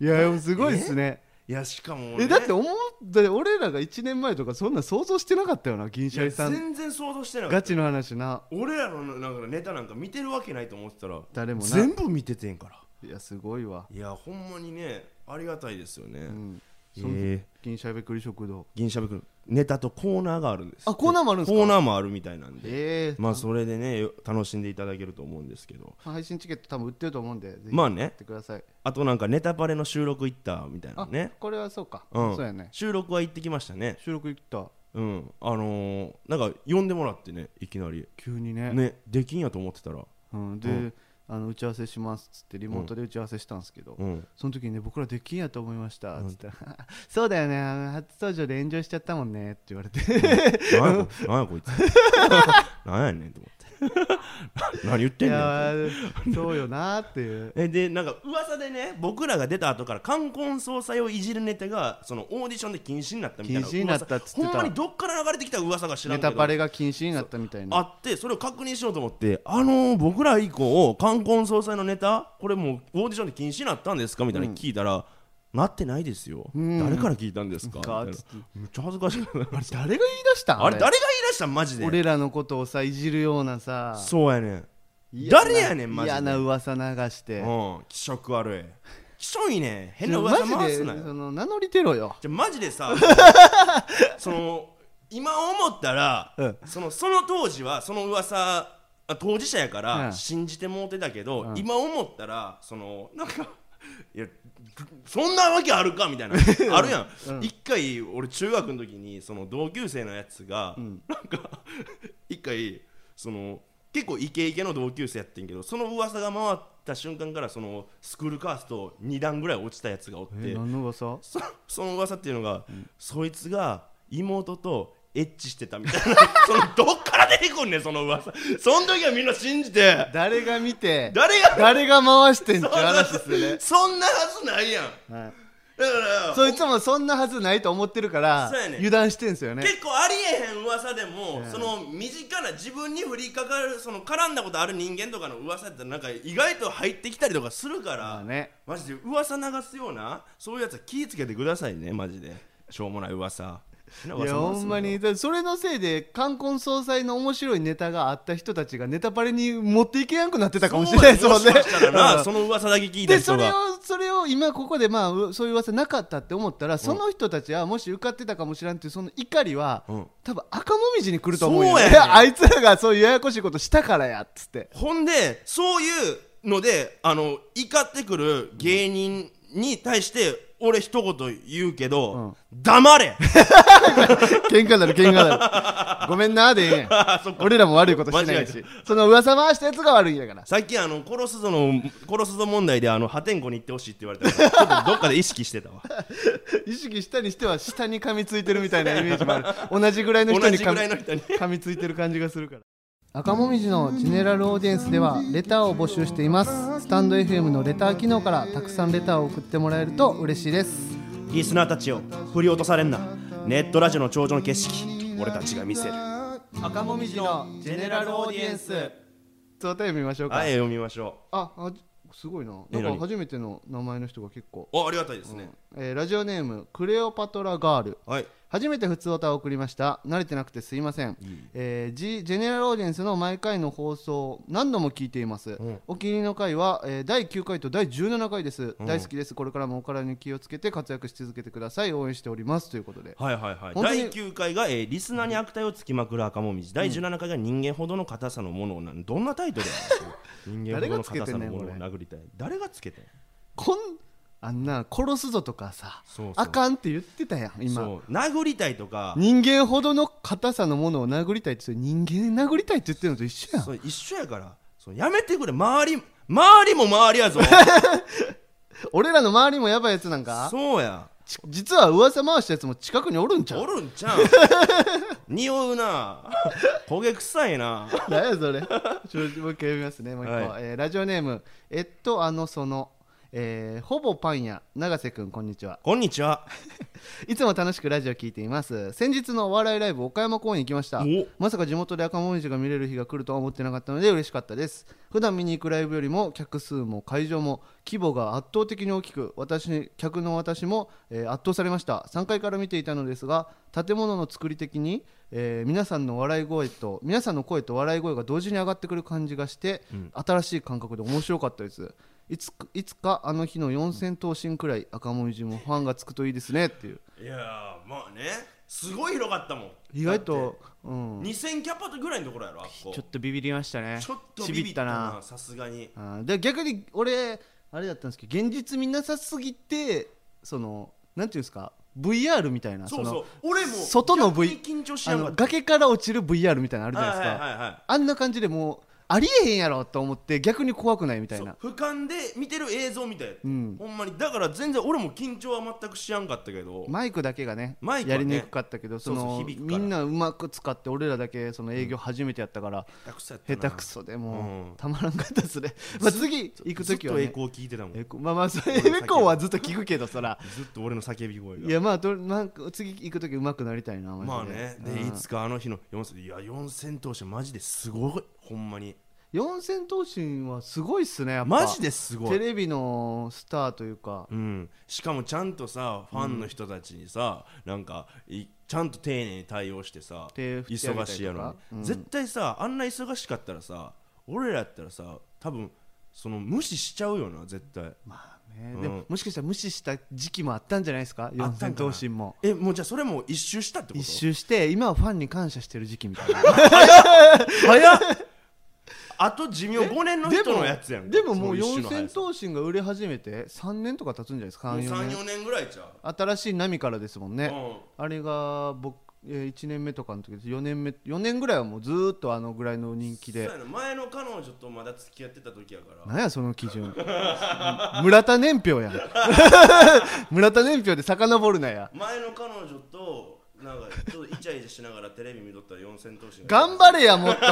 Speaker 1: いやでもすごいですね
Speaker 2: いやしかも
Speaker 1: え
Speaker 2: ね
Speaker 1: だって思って俺らが1年前とかそんな想像してなかったよな銀
Speaker 2: い
Speaker 1: シャ
Speaker 2: や
Speaker 1: リさん
Speaker 2: 全然想像してなか
Speaker 1: ガ
Speaker 2: った
Speaker 1: チの話な
Speaker 2: 俺らのなんかネタなんか見てるわけないと思ってたら
Speaker 1: 誰もな
Speaker 2: 全部見ててんから
Speaker 1: いやすごいわ、
Speaker 2: いやほんまにねありがたいですよね、
Speaker 1: うん、
Speaker 2: え
Speaker 1: その銀シャリべくり食堂
Speaker 2: 銀しゃべくんネタとコーナーがあるんです
Speaker 1: あコーナーもあるんですか
Speaker 2: コーナーもあるみたいなんで
Speaker 1: ええ
Speaker 2: まあそれでねよ楽しんでいただけると思うんですけど
Speaker 1: 配信チケット多分売ってると思うんでぜひ
Speaker 2: ま
Speaker 1: 買
Speaker 2: あね
Speaker 1: ってください、
Speaker 2: あとなんかネタパレの収録行ったみたいなね
Speaker 1: これはそうか、
Speaker 2: うん
Speaker 1: そうやね
Speaker 2: 収録は行ってきましたね
Speaker 1: 収録行った
Speaker 2: うんあのー、なんか呼んでもらってねいきなり
Speaker 1: 急にね
Speaker 2: ねできんやと思ってたら
Speaker 1: うん、で、あの打ち合わせしますっつってリモートで打ち合わせしたんですけど、
Speaker 2: うん
Speaker 1: その時にね僕らできんやと思いましたっつったら「 そうだよねあの初登場で炎上しちゃったもんね」って言われて
Speaker 2: なんやこなんやこいつ なんやねんと思 って何言
Speaker 1: い
Speaker 2: ってんねん
Speaker 1: やーそうよなーっていう
Speaker 2: えでなんか噂でね僕らが出た後から冠婚葬祭をいじるネタがそのオーディションで禁止になったみたいな噂
Speaker 1: 禁止になったっつってた
Speaker 2: ほんまにどっから流れてきた噂 が知ら
Speaker 1: ネ
Speaker 2: んけど
Speaker 1: タバレが禁止になったみたい
Speaker 2: あ
Speaker 1: な
Speaker 2: ってそれを確認しようと思ってあのー、僕ら以降冠婚葬祭のネタこれもうオーディションで禁止になったんですかみたいなの聞いたら、なってないですよ、
Speaker 1: うん
Speaker 2: 誰から聞いたんですかみたいな
Speaker 1: ガーッつって
Speaker 2: めっちゃ恥ずかしい
Speaker 1: 誰が言い出したん
Speaker 2: あれ誰が言い出したんマジで
Speaker 1: 俺らのことをさいじるようなさ
Speaker 2: そうやねん
Speaker 1: 嫌な
Speaker 2: 誰やねんマジで
Speaker 1: 嫌な噂流して
Speaker 2: うん気色悪い気色いいね変な噂
Speaker 1: マ
Speaker 2: 回
Speaker 1: ジ
Speaker 2: す
Speaker 1: で
Speaker 2: なよ
Speaker 1: その名乗りてろよ
Speaker 2: じゃあマジ でさその今思ったら、
Speaker 1: うん
Speaker 2: そのその当時はその噂あ当事者やか
Speaker 1: う
Speaker 2: ら
Speaker 1: ん
Speaker 2: 信じてもうてたけど、
Speaker 1: うん
Speaker 2: 今思ったらそのなんかいやそんなわけあるかみたいなあるやん、
Speaker 1: うん
Speaker 2: 一回俺中学の時にその同級生のやつが、
Speaker 1: うん
Speaker 2: なんか 一回その結構イケイケの同級生やってんけどその噂が回った瞬間からそのスクールカースト2段ぐらい落ちたやつがおって、
Speaker 1: え何の噂
Speaker 2: そその噂っていうのが、そいつが妹とエッチしてたみたいな そのどっから出てくんねんその噂その時はみんな信じて
Speaker 1: 誰が見て
Speaker 2: 誰が
Speaker 1: 誰が回してんって
Speaker 2: そん
Speaker 1: 話ですよね
Speaker 2: なそんなはずないやん
Speaker 1: はい
Speaker 2: だから
Speaker 1: そいつもそんなはずないと思ってるから
Speaker 2: そうやねん
Speaker 1: 油断してんすよね
Speaker 2: 結構ありえへん噂でも、その身近な自分に降りかかるその絡んだことある人間とかの噂ってなんか意外と入ってきたりとかするから、
Speaker 1: まあね
Speaker 2: マジで噂流すようなそういうやつは気ぃつけてくださいねマジでしょうもない噂い
Speaker 1: いやほんまにだそれのせいで冠婚葬祭の面白いネタがあった人たちがネタバレに持っていけなくなってたかもしれないですもんね
Speaker 2: そうやもしかしたら
Speaker 1: う
Speaker 2: なんその噂だけ聞いた
Speaker 1: でそ
Speaker 2: 人
Speaker 1: れを
Speaker 2: が
Speaker 1: それを今ここでまあうそういう噂なかったって思ったらその人たちはもし受かってたかもしれんっていうその怒りは、
Speaker 2: うん
Speaker 1: 多分赤もみじに来ると思うよ、
Speaker 2: そうや
Speaker 1: ね、
Speaker 2: ね ん
Speaker 1: あいつらがそういうややこしいことしたからやっつって
Speaker 2: ほんでそういうのであの怒ってくる芸人に対して俺一言言うけど、黙れ
Speaker 1: 喧嘩だる喧嘩だるごめんなーでええ ねん俺らも悪いことしてない
Speaker 2: 間違
Speaker 1: しその噂回したやつが悪いんだから
Speaker 2: さっきあの殺すぞの殺すぞ問題であの破天荒に行ってほしいって言われたからちょっとどっかで意識してたわ
Speaker 1: 意識したにしては下に噛みついてるみたいなイメージもある同じぐらいの
Speaker 2: 同
Speaker 1: 人に
Speaker 2: じぐらい
Speaker 1: 噛
Speaker 2: の人に
Speaker 1: み噛みついてる感じがするから赤もみじのジェネラルオーディエンスではレターを募集していますスタンド FM のレター機能からたくさんレターを送ってもらえると嬉しいです
Speaker 2: リスナーたちを振り落とされんなネットラジオの頂上の景色俺たちが見せるは
Speaker 1: 赤もみじのジェネラルオーディエンスちょっと読みましょうか、
Speaker 2: い読みましょ
Speaker 1: ああじすごいなな
Speaker 2: え
Speaker 1: んか
Speaker 2: 何
Speaker 1: 初めての名前の人が結構、
Speaker 2: うおありがたいですね、
Speaker 1: えーラジオネームクレオパトラガール
Speaker 2: はい
Speaker 1: 初めて普通歌を送りました慣れてなくてすいません、えー、G ジェネラルオーディエンスの毎回の放送を何度も聞いています、
Speaker 2: ん
Speaker 1: お気に入りの回は、えー第9回と第17回です、大好きですこれからもお体に気をつけて活躍し続けてください応援しておりますということで
Speaker 2: はいはいはい
Speaker 1: 本当に
Speaker 2: 第9回が、えーリスナーに悪態をつきまくる赤もみじ」第17回が「人間ほどの硬さのものをな」どんなタイトルや ねん人間ほどの硬さのものを殴りたい誰がつけてん
Speaker 1: こんあんな殺すぞとかさ
Speaker 2: そうそう
Speaker 1: あかんって言ってたやん今
Speaker 2: そう殴りたいとか
Speaker 1: 人間ほどの硬さのものを殴りたいって言って人間で殴りたいって言ってるのと一緒やん
Speaker 2: そう一緒やからそうやめてくれ周り周りも周り やぞ
Speaker 1: 俺らの周りもやばいやつなんか
Speaker 2: そうや
Speaker 1: ち実は噂回したやつも近くにおるんちゃう
Speaker 2: おるん ちゃう匂うな焦げ臭いな
Speaker 1: 何やそれちょもう一回読みますねもう一個、
Speaker 2: はい
Speaker 1: えーラジオネームえっとあのその、えーほぼパン屋永瀬くんこんにちは
Speaker 2: こんにちはい
Speaker 1: つも楽しくラジオ聞いています先日のお笑いライブ岡山公園行きました
Speaker 2: お
Speaker 1: まさか地元で赤もみじが見れる日が来るとは思ってなかったので嬉しかったです普段見に行くライブよりも客数も会場も規模が圧倒的に大きく私客の私も、えー圧倒されました3階から見ていたのですが建物の作り的に、えー皆さんの笑い声と皆さんの声と笑い声が同時に上がってくる感じがして、新しい感覚で面白かったですいつかいつかあの日の四千頭身くらい赤もみじもファンがつくといいですねっていう
Speaker 2: いやーまあねすごい広かったもん
Speaker 1: 意外と、うん、
Speaker 2: 2000キャパぐらいのところやろあっこ
Speaker 3: ちょっとビビりましたね
Speaker 2: ちょっと
Speaker 3: ち
Speaker 2: ビ
Speaker 3: び
Speaker 2: ビ
Speaker 3: っ
Speaker 2: った
Speaker 3: た
Speaker 2: な
Speaker 3: な
Speaker 2: さすがに
Speaker 1: あーで逆に俺あれだったんですけど現実見なさすぎてそのなんていうんですか VR みたいな
Speaker 2: そう
Speaker 1: の
Speaker 2: そう俺も
Speaker 1: 外の V
Speaker 2: 逆に緊張し
Speaker 1: あ
Speaker 2: やが
Speaker 1: の
Speaker 2: った
Speaker 1: 崖から落ちる VR みたいなのあるじゃないですか、
Speaker 2: はいはいはいはい
Speaker 1: あんな感じでもうありえへんやろと思って逆に怖くないみたいな
Speaker 2: そう俯瞰で見てる映像みたいやった、
Speaker 1: うん
Speaker 2: ほんまにだから全然俺も緊張は全くしやんかったけど、
Speaker 1: マイクだけがね
Speaker 2: マイク
Speaker 1: や
Speaker 2: は
Speaker 1: り
Speaker 2: ね
Speaker 1: にくかったけどその
Speaker 2: そうそう響くか
Speaker 1: み
Speaker 2: ら
Speaker 1: んなうまく使って俺らだけその営業初めてやったから、
Speaker 2: 下手くそやった
Speaker 1: 下
Speaker 2: な
Speaker 1: 手くそでもう、
Speaker 2: うん
Speaker 1: たまらんかったですね、まあ、次行く時は、
Speaker 2: ずっ
Speaker 1: ね
Speaker 2: と、栄光聞いてたもんず
Speaker 1: エコまあまあそれエコーはずっと聞くけどそら
Speaker 2: っと俺の叫び声
Speaker 1: い
Speaker 2: が
Speaker 1: やまあどれなんか次行く時うまくなりたいなマジで
Speaker 2: まあねで、いつかあの日の4戦いや4戦投手マジですごいほんまに
Speaker 1: 四千頭身はすごいっすねやっぱ
Speaker 2: マジですご
Speaker 1: テ
Speaker 2: い
Speaker 1: レビのスターというか
Speaker 2: うん、しかもちゃんとさファンの人たちにさ、なんかいちゃんと丁寧に対応してさ
Speaker 1: 手振ってあげたりとか
Speaker 2: 忙しいやろ、
Speaker 1: うん
Speaker 2: 絶対さあんな忙しかったらさ俺らやったらさ多分その無視しちゃうよな絶対
Speaker 1: まあね、
Speaker 2: うん
Speaker 1: でももしかしたら無視した時期もあったんじゃないですか
Speaker 2: あ
Speaker 1: 四
Speaker 2: った
Speaker 1: 千
Speaker 2: んかな
Speaker 1: 頭身も
Speaker 2: えもうじゃあそれもう一周したってこと
Speaker 1: 一周して今はファンに感謝してる時期みたいな
Speaker 2: 早っあと寿命5年の人のやつやんか
Speaker 1: でももう
Speaker 2: そ
Speaker 1: 四
Speaker 2: の一周の
Speaker 1: 千
Speaker 2: 速さ
Speaker 1: 頭身が売れ始めて三年とか経つんじゃないですか
Speaker 2: もう
Speaker 1: 三四年
Speaker 2: 34年ぐらいちゃう
Speaker 1: 新しい波からですもんね、
Speaker 2: う
Speaker 1: あれが僕、え1年目とかの時です4年目4年ぐらいはもうずーっとあのぐらいの人気で
Speaker 2: そうやな前の彼女とまだ付き合ってた時やから
Speaker 1: なんやその基準 村田年表やん 村田年表で遡るなや
Speaker 2: 前の彼女となんかちょっとイチャイチャしながらテレビ見とったら四千頭身
Speaker 1: 頑張れやもっ と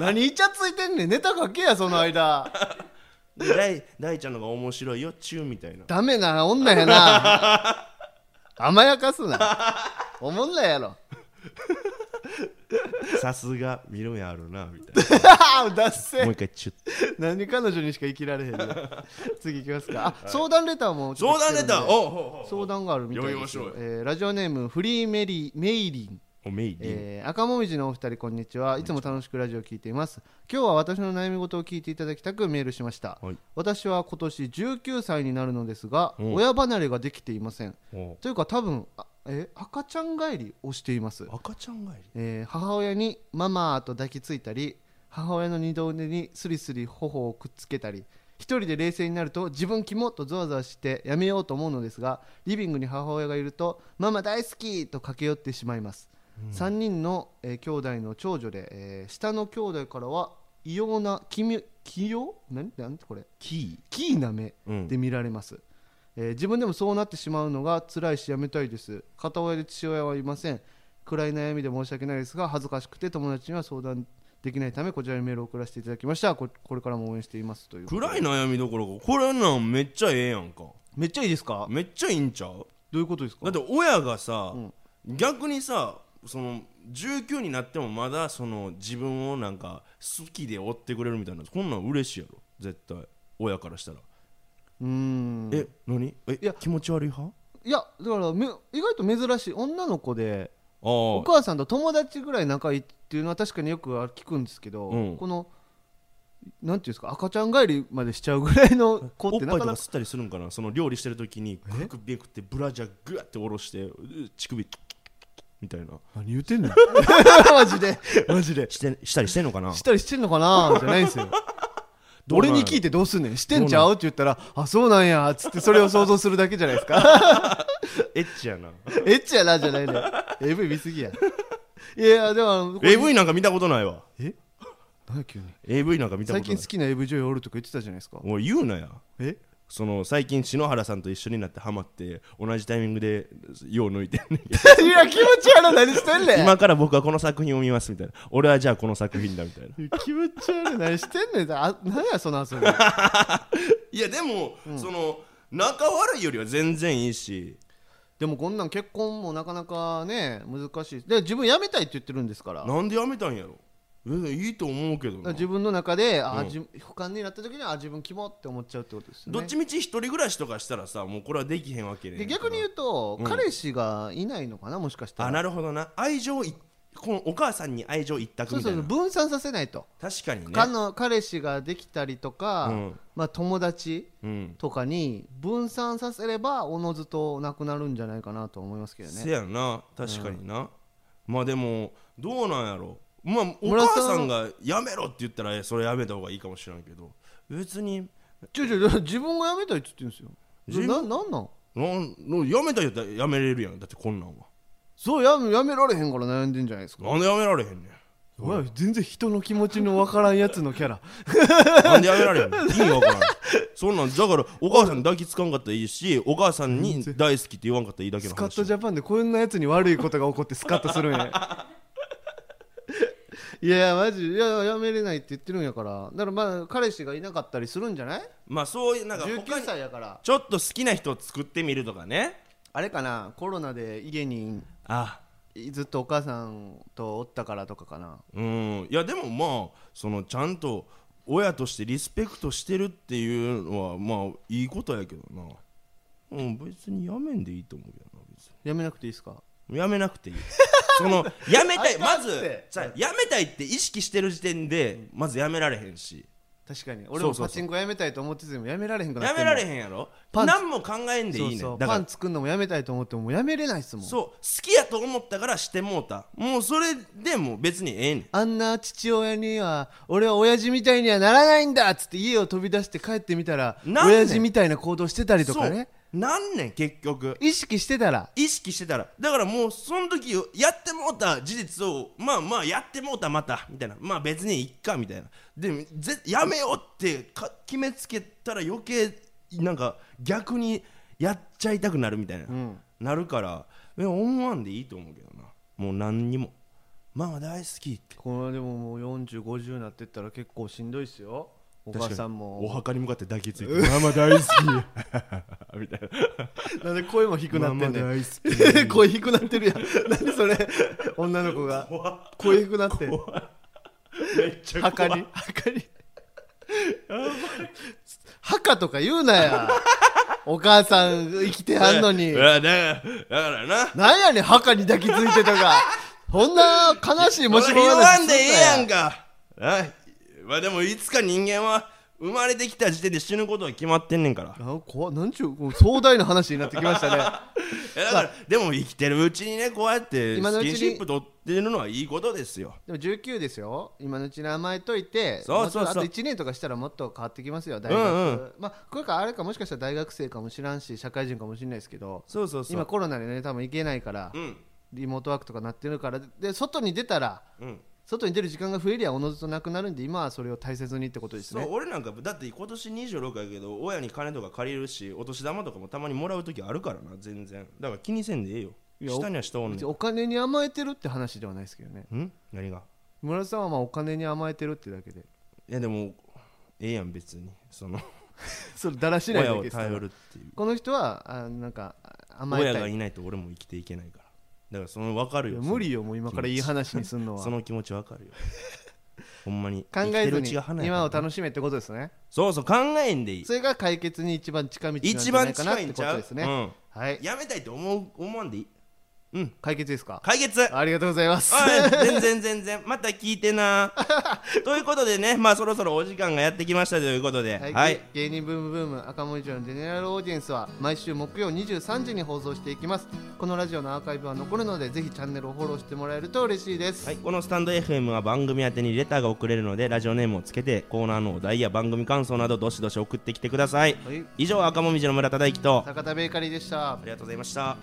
Speaker 1: 何イチャついてんねんネタ書けやその間
Speaker 2: で大大ちゃんのが面白いよっちゅうみたいな
Speaker 1: ダメな女やな甘やかすなおもんないやろ
Speaker 2: さすが見る目あるなみたい
Speaker 1: だっせ
Speaker 2: なもう一回チュッ
Speaker 1: 何彼女にしか生きられへんね次いきますかあ相談レターもちょっ
Speaker 2: 相
Speaker 1: と来てるん
Speaker 2: 談出
Speaker 1: で
Speaker 2: たおうほうほう
Speaker 1: 相談があるみたいですよ
Speaker 2: 読みま
Speaker 1: えーラジオネームフリーメリーメイリン
Speaker 2: おめいりん
Speaker 1: えー赤もみじのお二人こんにちはいつも楽しくラジオを聞いています今日は私の悩み事を聞いていただきたくメールしました、
Speaker 2: はい
Speaker 1: 私は今年19歳になるのですが、
Speaker 2: うん
Speaker 1: 親離れができていません
Speaker 2: おう
Speaker 1: というか多分あえ赤ちゃん帰りをしています、
Speaker 2: 赤ちゃんがいる
Speaker 1: えー母親にママと抱きついたり母親の二度腕にスリスリ頬をくっつけたり一人で冷静になると自分キモッとゾワゾワしてやめようと思うのですがリビングに母親がいるとママ大好きと駆け寄ってしまいます、3人の、えー兄弟の長女で、えー下の兄弟からは異様な奇妙奇妙なんなんてこれ
Speaker 2: キ
Speaker 1: キーな目
Speaker 2: うん
Speaker 1: で見られます、えー自分でもそうなってしまうのが辛いしやめたいです片親で父親はいません暗い悩みで申し訳ないですが恥ずかしくて友達には相談できないためこちらにメールを送らせていただきましたここれからも応援していますという
Speaker 2: 暗い悩みどころかこれなんめっちゃええやんか
Speaker 1: めっちゃいいですか
Speaker 2: めっちゃいいんちゃう
Speaker 1: どういうことですか
Speaker 2: だって親がさ、逆にさその19になってもまだその自分をなんか好きで追ってくれるみたいなこんなん嬉しいやろ絶対親からしたら、
Speaker 1: うーん
Speaker 2: え何え
Speaker 1: いや
Speaker 2: 気持ち悪い派
Speaker 1: いやだからめ意外と珍しい女の子で
Speaker 2: あ
Speaker 1: お
Speaker 2: ー
Speaker 1: 母さんと友達ぐらい仲いいっていうのは確かによく聞くんですけど、
Speaker 2: うん
Speaker 1: このなんていうんですか赤ちゃん帰りまでしちゃうぐらいの子
Speaker 2: お
Speaker 1: っ
Speaker 2: ってぱ
Speaker 1: な
Speaker 2: い
Speaker 1: か
Speaker 2: とか
Speaker 1: なか
Speaker 2: 吸ったりするんかなその料理してる時にクルクルめくってブラジャーグワって下ろしてう乳首みたい な
Speaker 1: 何言ってんの マジでマジで
Speaker 2: してしたりしてんのかな
Speaker 1: したりしてんのかなじゃないんです よ
Speaker 2: どうな
Speaker 1: 俺
Speaker 2: んやろ
Speaker 1: に聞いてどうすんねんしてんちゃうって言ったらあそうなんやっつってそれを想像するだけじゃないですか
Speaker 2: エッチや な
Speaker 1: エッチやなじゃないね AV 見すぎやいやでも
Speaker 2: AV なんか見たことないわ
Speaker 1: え何や急に
Speaker 2: AV なんか見たこ
Speaker 1: 最
Speaker 2: とない
Speaker 1: 近好きな AV 女優おるとか言ってたじゃないですか
Speaker 2: おい言うなや
Speaker 1: え
Speaker 2: その最近篠原さんと一緒になってハマって同じタイミングで用抜いてんねんけど
Speaker 1: いや気持ち悪い何してんねん
Speaker 2: 今から僕はこの作品を見ますみたいな俺はじゃあこの作品だみたいな
Speaker 1: 気持ち悪い何してんねんあ何やその遊び
Speaker 2: いやでも、その仲悪いよりは全然いいし
Speaker 1: でもこんなん結婚もなかなかね難しいで自分辞めたいって言ってるんですから
Speaker 2: なんでやめたんやろ全然いいと思うけど
Speaker 1: だから
Speaker 2: な
Speaker 1: 自分の中で、あ
Speaker 2: うん
Speaker 1: じ不完になった時にはあ自分キモって思っちゃうってことですよね
Speaker 2: どっちみち一人暮らしとかしたらさもうこれはできへんわけね
Speaker 1: で逆に言うと、
Speaker 2: うん
Speaker 1: 彼氏がいないのかなもしかした
Speaker 2: あ
Speaker 1: ら
Speaker 2: なるほどな愛情いこのお母さんに愛情一択
Speaker 1: そう
Speaker 2: み
Speaker 1: そ
Speaker 2: たいうな
Speaker 1: 分散させないと、
Speaker 2: 確かにね
Speaker 1: かの彼氏ができたりとか、
Speaker 2: うん
Speaker 1: まあ、友達
Speaker 2: うん
Speaker 1: とかに分散させればおのずとなくなるんじゃないかなと思いますけど
Speaker 2: せ
Speaker 1: ね
Speaker 2: やな確かにな、まあでもどうなんやろまあお
Speaker 1: 村
Speaker 2: 母
Speaker 1: さん
Speaker 2: さんがやめろって言ったらえそれやめた方がいいかもしれんけど別に
Speaker 1: ちょちょ自分が辞めたいって言ってるんですよ
Speaker 2: 自
Speaker 1: ななんなん
Speaker 2: なんなんやめた言ったらやめれるやんだってこんなんは
Speaker 1: そうやめやめられへんから悩んでんじゃないですか
Speaker 2: なんでやめられへんねん
Speaker 1: お前全然人の気持ちのわからんやつのキャラ
Speaker 2: なんでやめられへ んねん意味わからんそんなんだからお母さんに抱きつかんかったらいいしお母さんに大好きって言わんかったらいいだけ
Speaker 1: ス
Speaker 2: の
Speaker 1: カッ
Speaker 2: 話
Speaker 1: とジャパンでこんなやつに悪いことが起こってスカッとするんや いやマジいややめれないって言ってるんやからだからまあ彼氏がいなかったりするんじゃない
Speaker 2: まあそういうなんか他
Speaker 1: ?19
Speaker 2: に
Speaker 1: 歳やから
Speaker 2: ちょっと好きな人を作ってみるとかね
Speaker 1: あれかなコロナで家に
Speaker 2: あ
Speaker 1: ずっとお母さんとおったからとかかな
Speaker 2: うんいやでもまあそのちゃんと親としてリスペクトしてるっていうのはまあいいことやけどなうん別にやめんでいいと思うけどな別
Speaker 1: やめなくていいですか
Speaker 2: にやめなくていいそのやめ たい
Speaker 1: あか
Speaker 2: ま
Speaker 1: んって
Speaker 2: ずじゃあやめたいって意識してる時点でまずやめられへんし
Speaker 1: 確かに俺も
Speaker 2: そうそうそう
Speaker 1: パチンコやめたいと思っててもやめられへんくなって
Speaker 2: や
Speaker 1: んもん
Speaker 2: められへんやろ
Speaker 1: パンツ
Speaker 2: 何も考えんでいいねん
Speaker 1: そうそう
Speaker 2: だか
Speaker 1: パ
Speaker 2: ら
Speaker 1: ン作るのもやめたいと思ってももうやめれないっすもん
Speaker 2: そう好きやと思ったからしてもうたもうそれでもう別にええねん
Speaker 1: あんな父親には俺は親父みたいにはならないんだっつって家を飛び出して帰ってみたら
Speaker 2: なんねん
Speaker 1: 親父みたいな行動してたりとかね
Speaker 2: そうなんねん結局
Speaker 1: 意識してたら
Speaker 2: 意識してたらだからもうその時やってもうた事実をまあまあやってもうたまたみたいなまあ別にいっかみたいなでぜやめようってか決めつけたら余計なんか逆にやっちゃいたくなるみたいな、
Speaker 1: ん
Speaker 2: なるからえ思わんでいいと思うけどなもう何にもママ大好きって
Speaker 1: これでももう4050になってったら結構しんどいっすよお母さん
Speaker 2: お
Speaker 1: も
Speaker 2: 墓に向かって抱きついてママ大好き みたいな
Speaker 1: なんで声も低くなってんね
Speaker 2: ママ
Speaker 1: ん
Speaker 2: 大好
Speaker 1: 声低くなってるやん何それ女の子が声低くなって
Speaker 2: めっちゃ
Speaker 1: 墓
Speaker 2: 怖い
Speaker 1: に墓に 墓とか言うなやお母さん生きてはんのに
Speaker 2: いやだからだからな
Speaker 1: なんやねん墓に抱きついてとかこんな悲しいも
Speaker 2: も
Speaker 1: し
Speaker 2: し
Speaker 1: も
Speaker 2: 言
Speaker 1: の
Speaker 2: わ
Speaker 1: 話
Speaker 2: ん
Speaker 1: す
Speaker 2: でええやん
Speaker 1: ん
Speaker 2: かあまあでもいつか人間は生まれてきた時点で死ぬことは決まってんねんから
Speaker 1: なん怖なんちゅうこう壮大な話になってきましたね
Speaker 2: いやだからでも生きてるうちにねこうやって
Speaker 1: 今の
Speaker 2: ス
Speaker 1: うち
Speaker 2: キ
Speaker 1: に
Speaker 2: ンシップ取ってるのはいいことですよ
Speaker 1: でも19ですよ今のうちに甘えといて
Speaker 2: そうそうそう
Speaker 1: もっとあと1年とかしたらもっと変わってきますよ大学、
Speaker 2: うんうん
Speaker 1: まあこれからあれかもしかしたら大学生かもしらんし社会人かもしれないですけど
Speaker 2: そうそうそう
Speaker 1: 今コロナでね多分行けないから、
Speaker 2: うん
Speaker 1: リモートワークとかなってるからで外に出たら
Speaker 2: うん
Speaker 1: 外に出る時間が増えりゃおのずとなくなるんで今はそれを大切にってことです
Speaker 2: そ
Speaker 1: ね
Speaker 2: う俺なんかだって今年26やけど親に金とか借りるしお年玉とかもたまにもらう時あるからな全然だから気にせんでええよ
Speaker 1: いや
Speaker 2: 下には下おんね
Speaker 1: 別にお金に甘えてるって話ではないですけどね
Speaker 2: んん何が
Speaker 1: 村田さんはまあお金に甘えてるってだけで
Speaker 2: いやでもええやん別にその
Speaker 1: それだらしない
Speaker 2: 親
Speaker 1: だ
Speaker 2: を
Speaker 1: けですから
Speaker 2: 頼るっていう
Speaker 1: この人はあなんか甘え
Speaker 2: 親
Speaker 1: た
Speaker 2: が
Speaker 1: い
Speaker 2: いないと俺も生きていけないからだからその分かる
Speaker 1: いや
Speaker 2: よ
Speaker 1: 無理
Speaker 2: よ
Speaker 1: よもう今からいい話にすんのは
Speaker 2: その気持ち分か るよほんまに
Speaker 1: 考
Speaker 2: 生き
Speaker 1: え
Speaker 2: てる
Speaker 1: ず
Speaker 2: うち
Speaker 1: に
Speaker 2: が花やから
Speaker 1: 今を楽しめってことですね
Speaker 2: そうそう考えんでいい
Speaker 1: それが解決に一番近道なんじ
Speaker 2: 一
Speaker 1: ゃな
Speaker 2: 番
Speaker 1: いかなって
Speaker 2: 近いん
Speaker 1: こ
Speaker 2: ちゃ
Speaker 1: と
Speaker 2: う
Speaker 1: ですね、はい
Speaker 2: うんやめたいと思う思わんでいいうん
Speaker 1: 解決ですか
Speaker 2: 解決
Speaker 1: ありがとうございます
Speaker 2: あ全然全然 また聞い てなということでねまあそろそろお時間がやってきましたということでは
Speaker 1: はい、
Speaker 2: い、
Speaker 1: 芸人ブームブーム赤文字のジェネラルオーディエンスは毎週木曜23時に放送していきますこのラジオのアーカイブは残るのでぜひチャンネルをフォローしてもらえると嬉しいです、
Speaker 2: はい、このスタンド FM は番組宛てにレターが送れるのでラジオネームをつけてコーナーのお題や番組感想などどしどし送ってきてください
Speaker 1: はい
Speaker 2: 以上赤もみじの村田大樹とあ
Speaker 1: 坂田ベーカリーでした
Speaker 2: りがとうございました